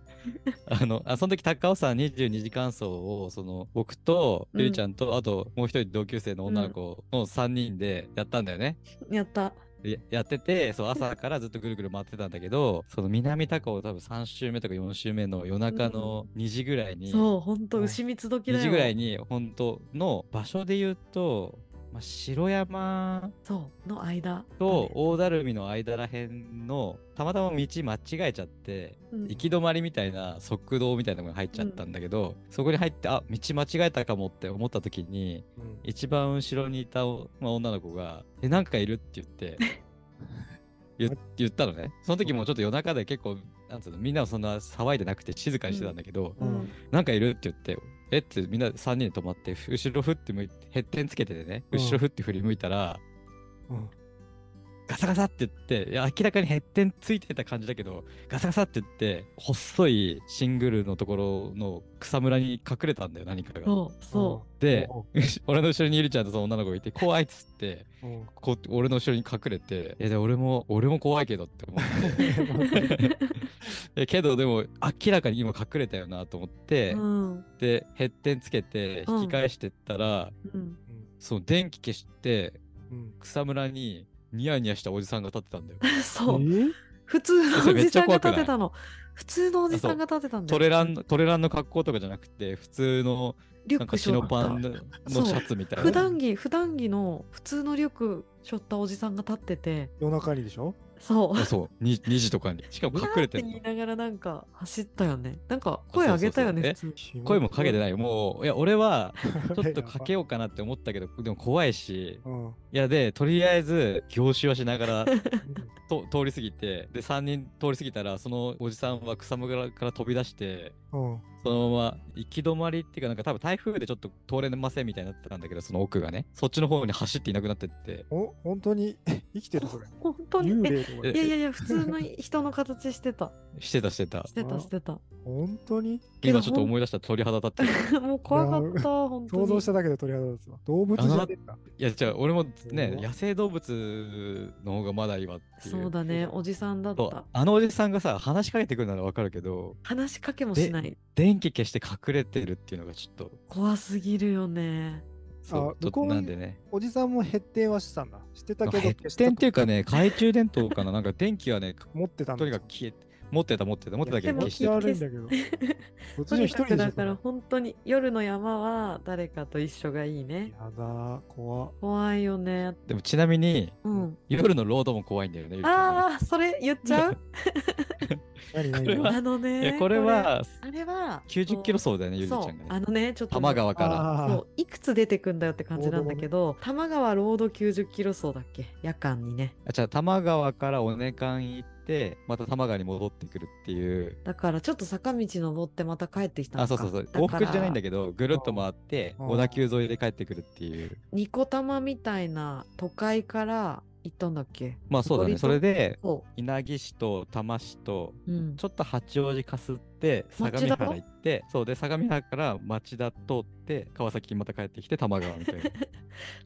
あのあその時高尾山22時間走をその僕と
うん
ゆりちゃんと、あともう一人同級生の女の子の3人でやったんだよね、
やった
ややっててそう朝からずっとぐるぐる回ってたんだけどその南高尾多分3周目とか4周目の夜中の2時ぐらいに、
そう本当牛蜜時だよ
2時ぐらいに本当の場所で言うと、まあ、城山
そうの間
と大だるみの間らへんのたまたま道間違えちゃって
うん
行き止まりみたいな側道みたいなのが入っちゃったんだけど、そこに入ってあ道間違えたかもって思った時に
うん
一番後ろにいた、まあ、女の子が「えなんかいる?」って言って 言言ったのねその時もちょっと夜中で結構なんつうのみんなはそんな騒いでなくて静かにしてたんだけど「
うん
うん
なんかいる?」って言って「えっ?」てみんな3人で止まってふ後ろふって向いてへってんつけててね
うん
後ろふって振り向いたら、
うん
ガサガサって言って、いや明らかにヘッテンついてた感じだけど、ガサガサって言って、細いシングルのところの草むらに隠れたんだよ、何かが。
そうそ
で、
おう
俺の後ろにゆりちゃんとその女の子がいて、怖いっつって、
おう
こう俺の後ろに隠れて、いやで俺も、俺も怖いけどって思って。 いやけどでも明らかに今隠れたよなと思って、
ううん
でヘッテンつけて
うん
引き返してったら、
うん
その電気消して
うん
草むらにニヤニヤしたおじさんが立ってたんだよ。
そう、
えー
普通の
そ
お
れめ
じ
っちゃ
さんが
怖
立
くない
てたの普通のおじさんが立てたんだよ
トレラントレランの格好とかじゃなくて普通の
リュ
なん
ッ
か
ク背
白
負っ
パン
た
の
そう
シャツみたいな。
普段着普段着の普通のリュック背負ったおじさんが立ってて
夜中にでしょ
そう
あそう 2, 2時とかに。しかも隠れて
キャーっ
るの
て言いながらなんか走ったよねなんか声上げたよね普
あ
通に
声もかけてない。もういや 俺はちょっとか
か
けようかなって思ったけどでも怖いし
う。うん。
いやでとりあえず凝視はしながら
うん
と通り過ぎてで3人通り過ぎたらそのおじさんは草むらから飛び出して
うん。
そのまま行き止まりっていうかなんか多分台風でちょっと通れませんみたいになってたんだけどその奥がねそっちの方に走っていなくなってって
お、本当に 生きてるそれ。
本当に
幽
え
霊とか
い
で。
やいやいや普通の人の形してた
してたしてた
してたしてた
本当に
今ちょっと思い出したら鳥肌立ってる。
もう怖かった本当に
想像しただけで鳥肌立つわ。動物じゃねえんだ。
いや、じゃあ俺もね、
お
野生動物の方がまだ今っていう。
そうだねおじさんだっ
そ
た
うあのおじさんがさ、話しかけてくるならわかるけど、
話しかけもしない
電気消して隠れてるっていうのがちょっと、
怖すぎるよね
そ
あ
う、ちょ
向
っ
ことうに
なんでね。
おじさんも減点はしてたんだ。してたけど
減
消し
点
た
っ
と
ていうかね、懐中電灯かな、なんか電気はね、
持ってたんだ。
とにかく消えて、持ってた持ってた持ってたけど
でも
消して
気
た。
悪いんだけど。こっち
と
の
に
一
か
人
く
でし
だ
ょ。そ
か
れ
ら本当に夜の山は誰かと一緒がいいね
やだ、怖。
怖いよね
でもちなみに、
うん
夜のロードも怖いんだよね。ゆりちゃんね
ああそれ言っちゃう
こ
何
れ
何
は
何
あの
いや
ね
これは
あれは
90キロ走だよね、ゆりちゃ
そうん
が
あ
ね。
のねちょっと
多
ね
摩川から。
あ
そ
ー
ういくつ出てくんだよって感じなんだけど多摩川ロード90キロ走だっけ夜間にね
あじゃあ、多摩川からおねかん行って、また多摩川に戻ってくるっていう。
だからちょっと坂道登ってまた帰ってきたの
あ、
か
そうそうそう。往復じゃないんだ
け
けど、ぐるっと回って、
うん
小田急沿いで帰ってくるっていう。
どニコ玉みたいな都会から行ったんだっけ
まあそうだ
割と
ね。それで、
そ
稲城市と多摩市と、
ううん
ちょっと八王子かすって、相模
町田
原行って、そうで、相模原から町田通って、川崎にまた帰ってきて、多摩川み たいな。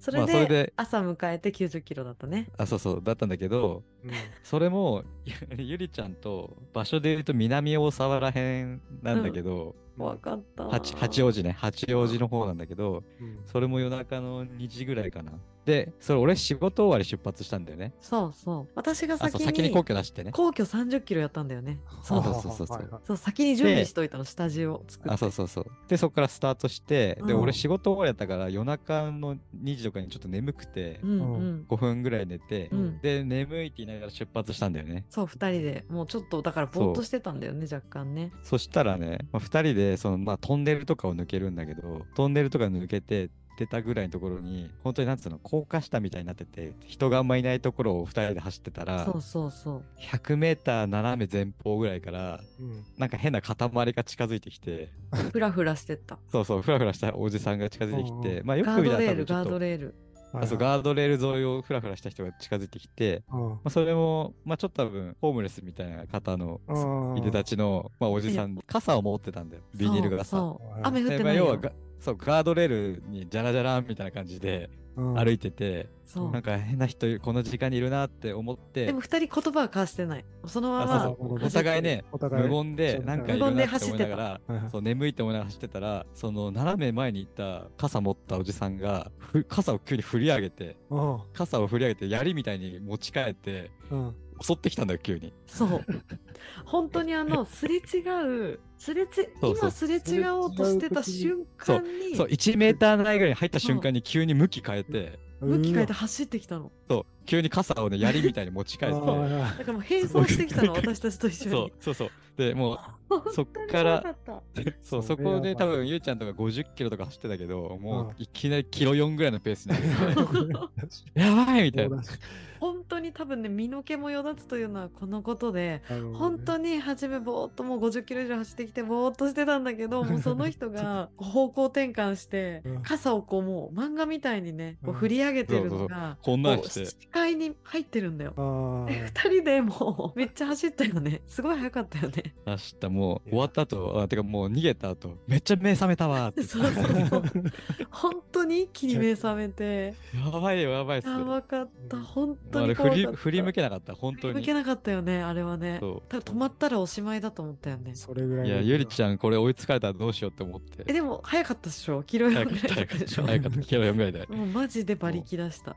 そ
ま
れ
あ
で,、
それで
朝迎えて90キロだったね
あ、そうそう、だったんだけど、
うん
それも、ゆゆりちゃんと、場所で言うと南大沢らへんなんだけど、
怖かった
八八王子ね、八王子の方なんだけど、
うん
それも夜中の2時ぐらいかな。で、それ俺仕事終わり出発したんだよね。
そうそう。私が
あ、そ
先
う、
に
先に皇居出してね。
皇居30キロやったんだよ ね。
そうそうそうそうそう
はいはい
そう、先に準備しといたの、下地を作って。
あ、そうそうそう。で、そこからスタートして、で、
うん
俺仕事終わりやったから夜中の2時とかにちょっと眠くて、
うんう。
うん
5分ぐらい寝て、
うん
で、眠いって言いながら出発したんだよね。
そう、2人でもうちょっとだからぼーっとしてたんだよね、若干ね。
そしたらね、まあ、2人でその、まあ、トンネルとかを抜けるんだけど、トンネルとか抜けて、出たぐらいのところに、本当になんつうの、高架下みたいになってて、人があんまいないところを2人で走ってたら
そ、うそうそう。
100メーター斜め前方ぐらいから、
うん
なんか変な塊が近づいてきて、
ふらふらしてった。
そうそう、ふらふらしたおじさんが近づいてき
うん
て、 まあよ
ガ
く
ー
見た
ド
ら
レ
多
ール、
分ちょ
ガ
っ
ード
と、
レール。
はいは
あ
い
そうガードレール沿いをふらふらした人が近づいてきて、
うん
まあ、それも、まあちょっと多分、ホームレスみたいな方の、
うん
いでたちの、まあおじさん、傘を持ってたんだよ、ビニール傘。
そうそう
はい
雨降っ
で
て
ま
な
あ、
いよ。
要はがそうガードレールにじゃらじゃらみたいな感じで
うん
歩いてて、
そう
なんか変な人いるこの時間にいるなって思って
でも2人言葉は交わしてない。そのま
あ
ま
そうそう
まあ
お互いね
お互い
無言で
そう
なんかいるなって思いながら
はい はい
そう眠いって思いながら走ってたらその斜め前にいた傘持ったおじさんがふ傘を急に振り上げて
うん
傘を振り上げて槍みたいに持ち替えて
うん
襲ってきたんだよ急に
そう。本当にあの、すれ違う、すれち、
そうそう
今すれ違おうとしてた
すれ違
瞬間に、
そう1メーターないぐらいに入った瞬間に急に向き変えて
向き変えて
うわ
走ってきたの。
そう急に傘をね槍みたいに持ち替
あ
え
ーはい
だからもう並走してきたの、私たちと一
て
緒
そう
に。
そうそうでも う
本当に
そっから
怖かっ
そう、そ
それやばい
こで多分ゆうちゃんとか50キロとか走ってたけど、も
うん
ういきなりキロ4ぐらいのペースにな って、
はい
やばいみた
そ
いうな。
だした
本当に多分ね、身の毛もよだつというのはこのことで、
なるほどね
本当に初めぼーっともう50キロ以上走ってきてぼーっとしてたんだけどもうその人が方向転換して
うん
傘をこうもう漫画みたいにねこう
うん
振り上げてるのが
こん
こ
なん
う
して。
視界に入ってるんだよ。
あー
2人でもうめっちゃ走ったよねすごい速かったよね。
走った、もう終わった後、あ、てかもう逃げた後、めっちゃ目覚めたわーっ て。
そうそうそう本当に一気に目覚めて
やばいよ、やばいっす。
やばかった本当
あ
に
れ
怖
振
かっ
り
た
振り向けなかった、本
振
当
り向
に
け。なかったよねあれはね。
そ
多分止まったらおしまいだと思ったよね。
それぐら
う
い
いや、ゆりちゃん、これ追いつかれたらどうしようって思って
え。でも速かったでしょキロぐら
早
い
かった、
だ
早
っ
か
た
っ
でしょ
た、早かった、キロ4ぐらいだよ。
もうマジで馬力出した。
ん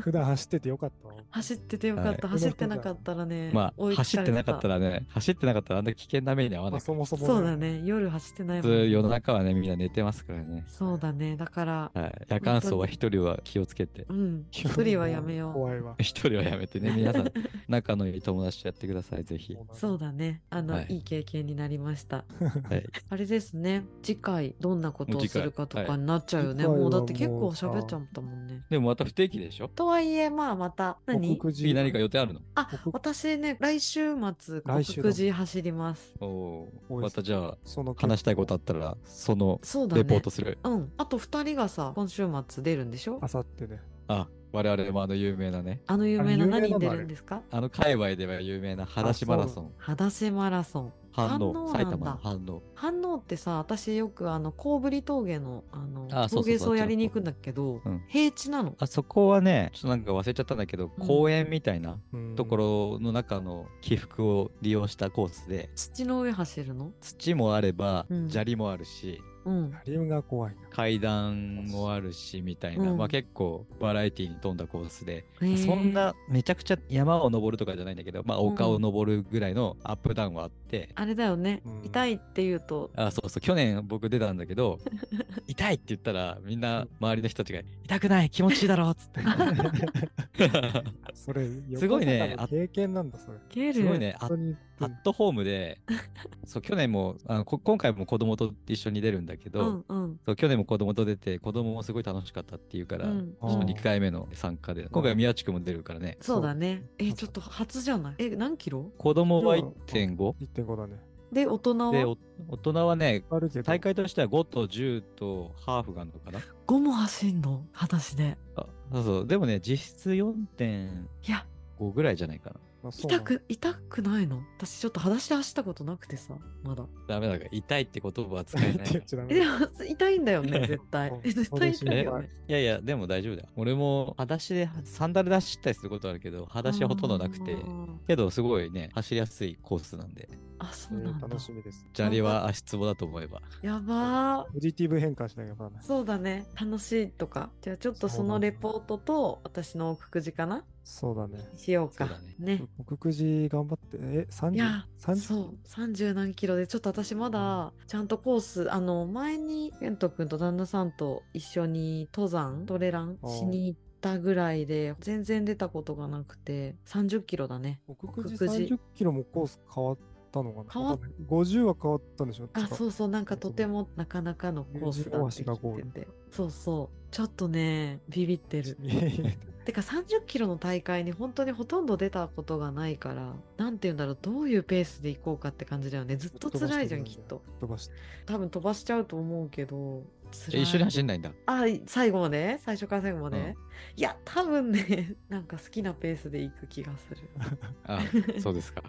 普段走っててよかったわ
走っててよかった、
はい
走ってなかったらね、
ま
追
あ、
いつ
走
か
っ
れ
てなかったらね、走ってなかったらあんな危険な目に遭わ
ま
な
あ
いか
そ
ら。
もそも
そうだね、夜走ってない
普
もん、
通夜中はね、みんな寝てますからね。
そうだね、だから、
はい、夜間走は一人は気をつけて、
うん、一人はやめよ
怖いわ
一人はやめてね、皆さん、仲のいい友達とやってください、ぜひ。
う。そうだね、あの、
はい
い、い経験になりました。
はい、
あれですね、次回どんなことをするかとかになっちゃうよね。
次回
もう
は
だって結
も
構
うさ
喋っちゃったもんね。
でもまた不定期でしょ
とはいえ、まあまた、何
僕
次何か予定あるの
あ
僕、
私ね、来週末、
来週だもん
国時走ります。
おー
おい
またじゃあ、
その
話したいことあったら、その
そうだね。
レポートする。
うん。あと2人がさ、今週末出るんでしょ
あさってね
あ、我々もあの有名なね、
あの有名な
あの有
何
名なの
に出
あ
る
れ
んですか
あの界隈では有名な裸足マラソン、
裸足マラソン。
反
反応
応、
なんだ
埼玉の反応。
反応ってさ、私よくあの、小ぶり峠の、あの、
あそうそう
峠走
そっちの
やりに行くんだけど、
うん
平地なの。
あそこはね、ちょっとなんか忘れちゃったんだけど、
うん
公園みたいな
うん
ところの中の起伏を利用したコースで、
土の上走るの
土もあれば
うん、
砂利もあるし、
うん。
リムが怖いな
階段もあるしみたいな、
うん
まあ結構バラエティに富んだコースで、
へー
そん。なめちゃくちゃ山を登るとかじゃないんだけどまあ
うん
丘を登るぐらいのアップダウンはあって、
あれだよね、
うん
痛いって言うと、
あそうそう去年僕出たんだ けど痛いって言ったらみんな周りの人たちが「痛くない気持ちいいだろ」っつって
それ
すごいね
横坂の経験なんだそれ
ゲル。
すごいねあ
本当に
アットホームでそう去年もあのこ今回も子供と一緒に出るんだけ
う
ど、
んうん。
そう去年も子供と出て子供もすごい楽しかったっていうから、
うん
あー
2回目の参加で今回は宮地区も出るからね
そうだね。
そう
え、ちょっと初じゃないえ、何キロ
子供は
でも
1.5
1.5だね
で、大人
で
は
お大人はね
あるけど
大会としては5と10とハーフがあるのかな
5も走んの裸足で。
あそうそうでもね実質4.5
いや、
ぐらいじゃないかな
まあそうな
痛
の
く、痛くないの私ちょっと裸足で走ったことなくてさ、まだ。
ダメだから痛いって言葉は使え
っ
な
て
い
言っ
い
ちゃダメ
え
だ
でも 痛いんだよ ね、絶対
うん。
え 絶対痛いよね。
やいやでも大丈夫だよ俺も裸足でサンダルで走ったりすることあるけど裸足はほとんどなくて
あー
けど、すごいね、走りやすいコースなんで、
あ、そ
え
うなん
ー
だ。
楽しみです。
砂利は足つぼだと思えば。
やばー。
ポジティブ変換しなきゃならない。
そうだね。楽しいとか。じゃあちょっとそのレポートと私の奥くじかな
そうだね。
しようか。
そうだね
ね。
僕くじ頑張って、え、
いや
30?
そ
30
う30何キロでちょっと私まだちゃんとコースあの前に健人君と旦那さんと一緒に登山トレラン
あー
しに行ったぐらいで全然出たことがなくて30キロだね
僕くじ
僕くじ
30キロもコース変わったのかな
変わっ
わかんない ?50 は変わったんでしょ。
あそううそうなんかとてもなかなかのコースだって
友人
聞
大橋がゴー
いててそうそうちょっとねビビってるてか30キロの大会に本当にほとんど出たことがないからなんて言うんだろうどういうペースで行こうかって感じだよねずっと辛いじゃんきっと。
飛ばして。
多分飛ばしちゃうと思うけど辛
え
い
一緒に走んないんだ。
あい最後まで最初から最後まで、
うん
いや多分ね なんか好きなペースで行く気がする
あ、 そうですか。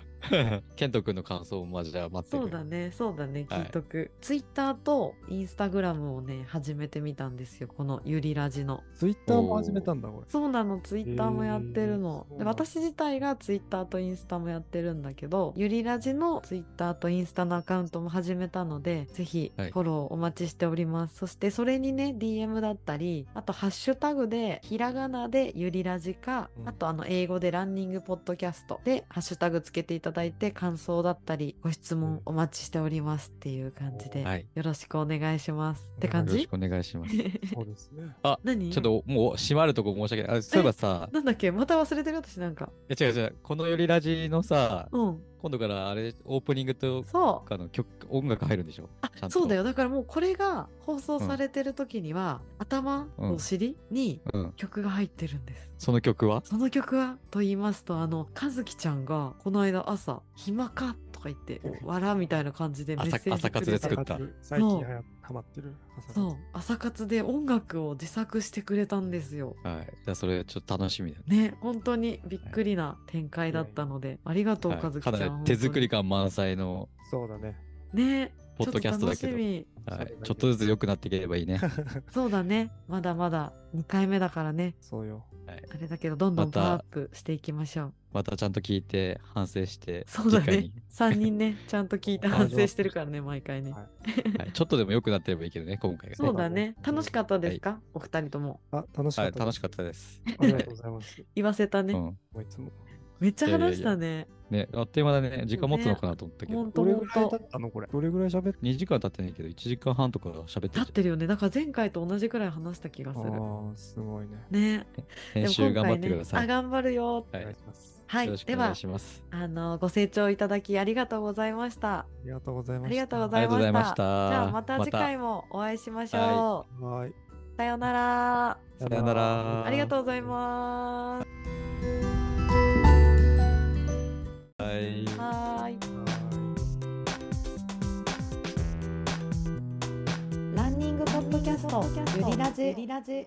ケント君の感想をまあじゃあ待ってる。
そうだねそうだね
はい
聞いとく、ツイッターとインスタグラムをね始めてみたんですよこのゆりラジの
ツイッターも始めたんだ、これ。
そうなのツイッターもやってるの、
へー
で私自体がツイッターとインスタもやってるんだけどゆりラジのツイッターとインスタのアカウントも始めたのでぜひフ
はい
ォローお待ちしております、そしてそれにね DM だったりあとハッシュタグでひらがなでゆりラジか、
うん
あとあの英語でランニングポッドキャストでハッシュタグつけていただいて感想だったりご質問お待ちしておりますっていう感じで、
はい。
よろしくお願いしますって
よ
感
よろ
じ
しくお願い します。
そうですね。
何
ちょっともう閉まるとこ申し訳ない。あそういえばさ、
なんだっけまた忘れてる私なんか
え違う違う、このよりラジのさ、
うん
今度からあれ、オープニングと
そう
かの曲、音楽入るんでしょち
あ
ゃんと
そうだよだからもうこれが放送されてる時には、頭
うん
お尻に
うん。
曲が入ってるんです、
その曲は
その曲はと言いますとあの和樹ちゃんがこの間朝「暇か?」とか言って「笑」みたいな感じでメッ
朝
セージ
朝活
く
で
れ
作
た
った
朝活最近はやハマってる。朝活
そう朝活で音楽を自作してくれたんですよ
はい。じゃあそれちょっと楽しみだね。
ね本当にびっくりな展開だったので、ありがとう
は
和
い
樹ちゃ
か
ん、
なり
本当
手
に
作り感満載の、
そうだね。
ね
ポッドキャストだけ
ちょ
ど
っと楽しみ
は
そうだ
い
ね、
ちょっとずつ良くなっていければいいね。
そうだねまだまだ2回目だからね
そうよ。
あれだけどどんどん
ま
パワ
た
ーアップしていきましょう
またちゃんと聞いて、反省して、
そうだ
次回
ね
に。
3人ね、ちゃんと聞い て
あ
反省してるからね、毎回ね
は。い
はいちょっとでも良くなってればいいけどね、今回が
そ
ね
う。だね。
そうだね
楽しかったですかお二人とも。
あ、楽しか
は
っ
い、
た。
楽しかったです。
ありがとうございます。
言わせた
う
ね。
ん。
もういつも。
めっちゃ話したね。
ね、あっという間だね、時間持つのかなと思ったけ
ほ
ど
ん。と
どれ
ほ
ぐ
ん
らい経
と
っ。たのこれ。どれぐらい喋って
2時間経ってないけど、1時間半とか喋って
立
る
っ。てるよね。だから前回と同じくらい話した気が
あ
す
あ
る。
ー、すごいね。
ね。
編
で
集
も今
頑張っ
回
てくださ
ねあ、
い。
頑張るよ。
は
お願い
い
します。
はい
よろし。く
で
お願、
はい
します。
あの、ご清聴いただきありがとうございました。
ありがとうござい
あ
ました。
りがとうご
あ
ざ
り
い
がと
ま
うございま
し。
した
じ
た。
ゃあまた次回
も。
もお会いしましょ
う。はーい。
う。さようなら。
さよなら
ありがとうございます。
は
は
い。
ーい。
はーい。
ランニングポッドキャスト、ゆりラジ。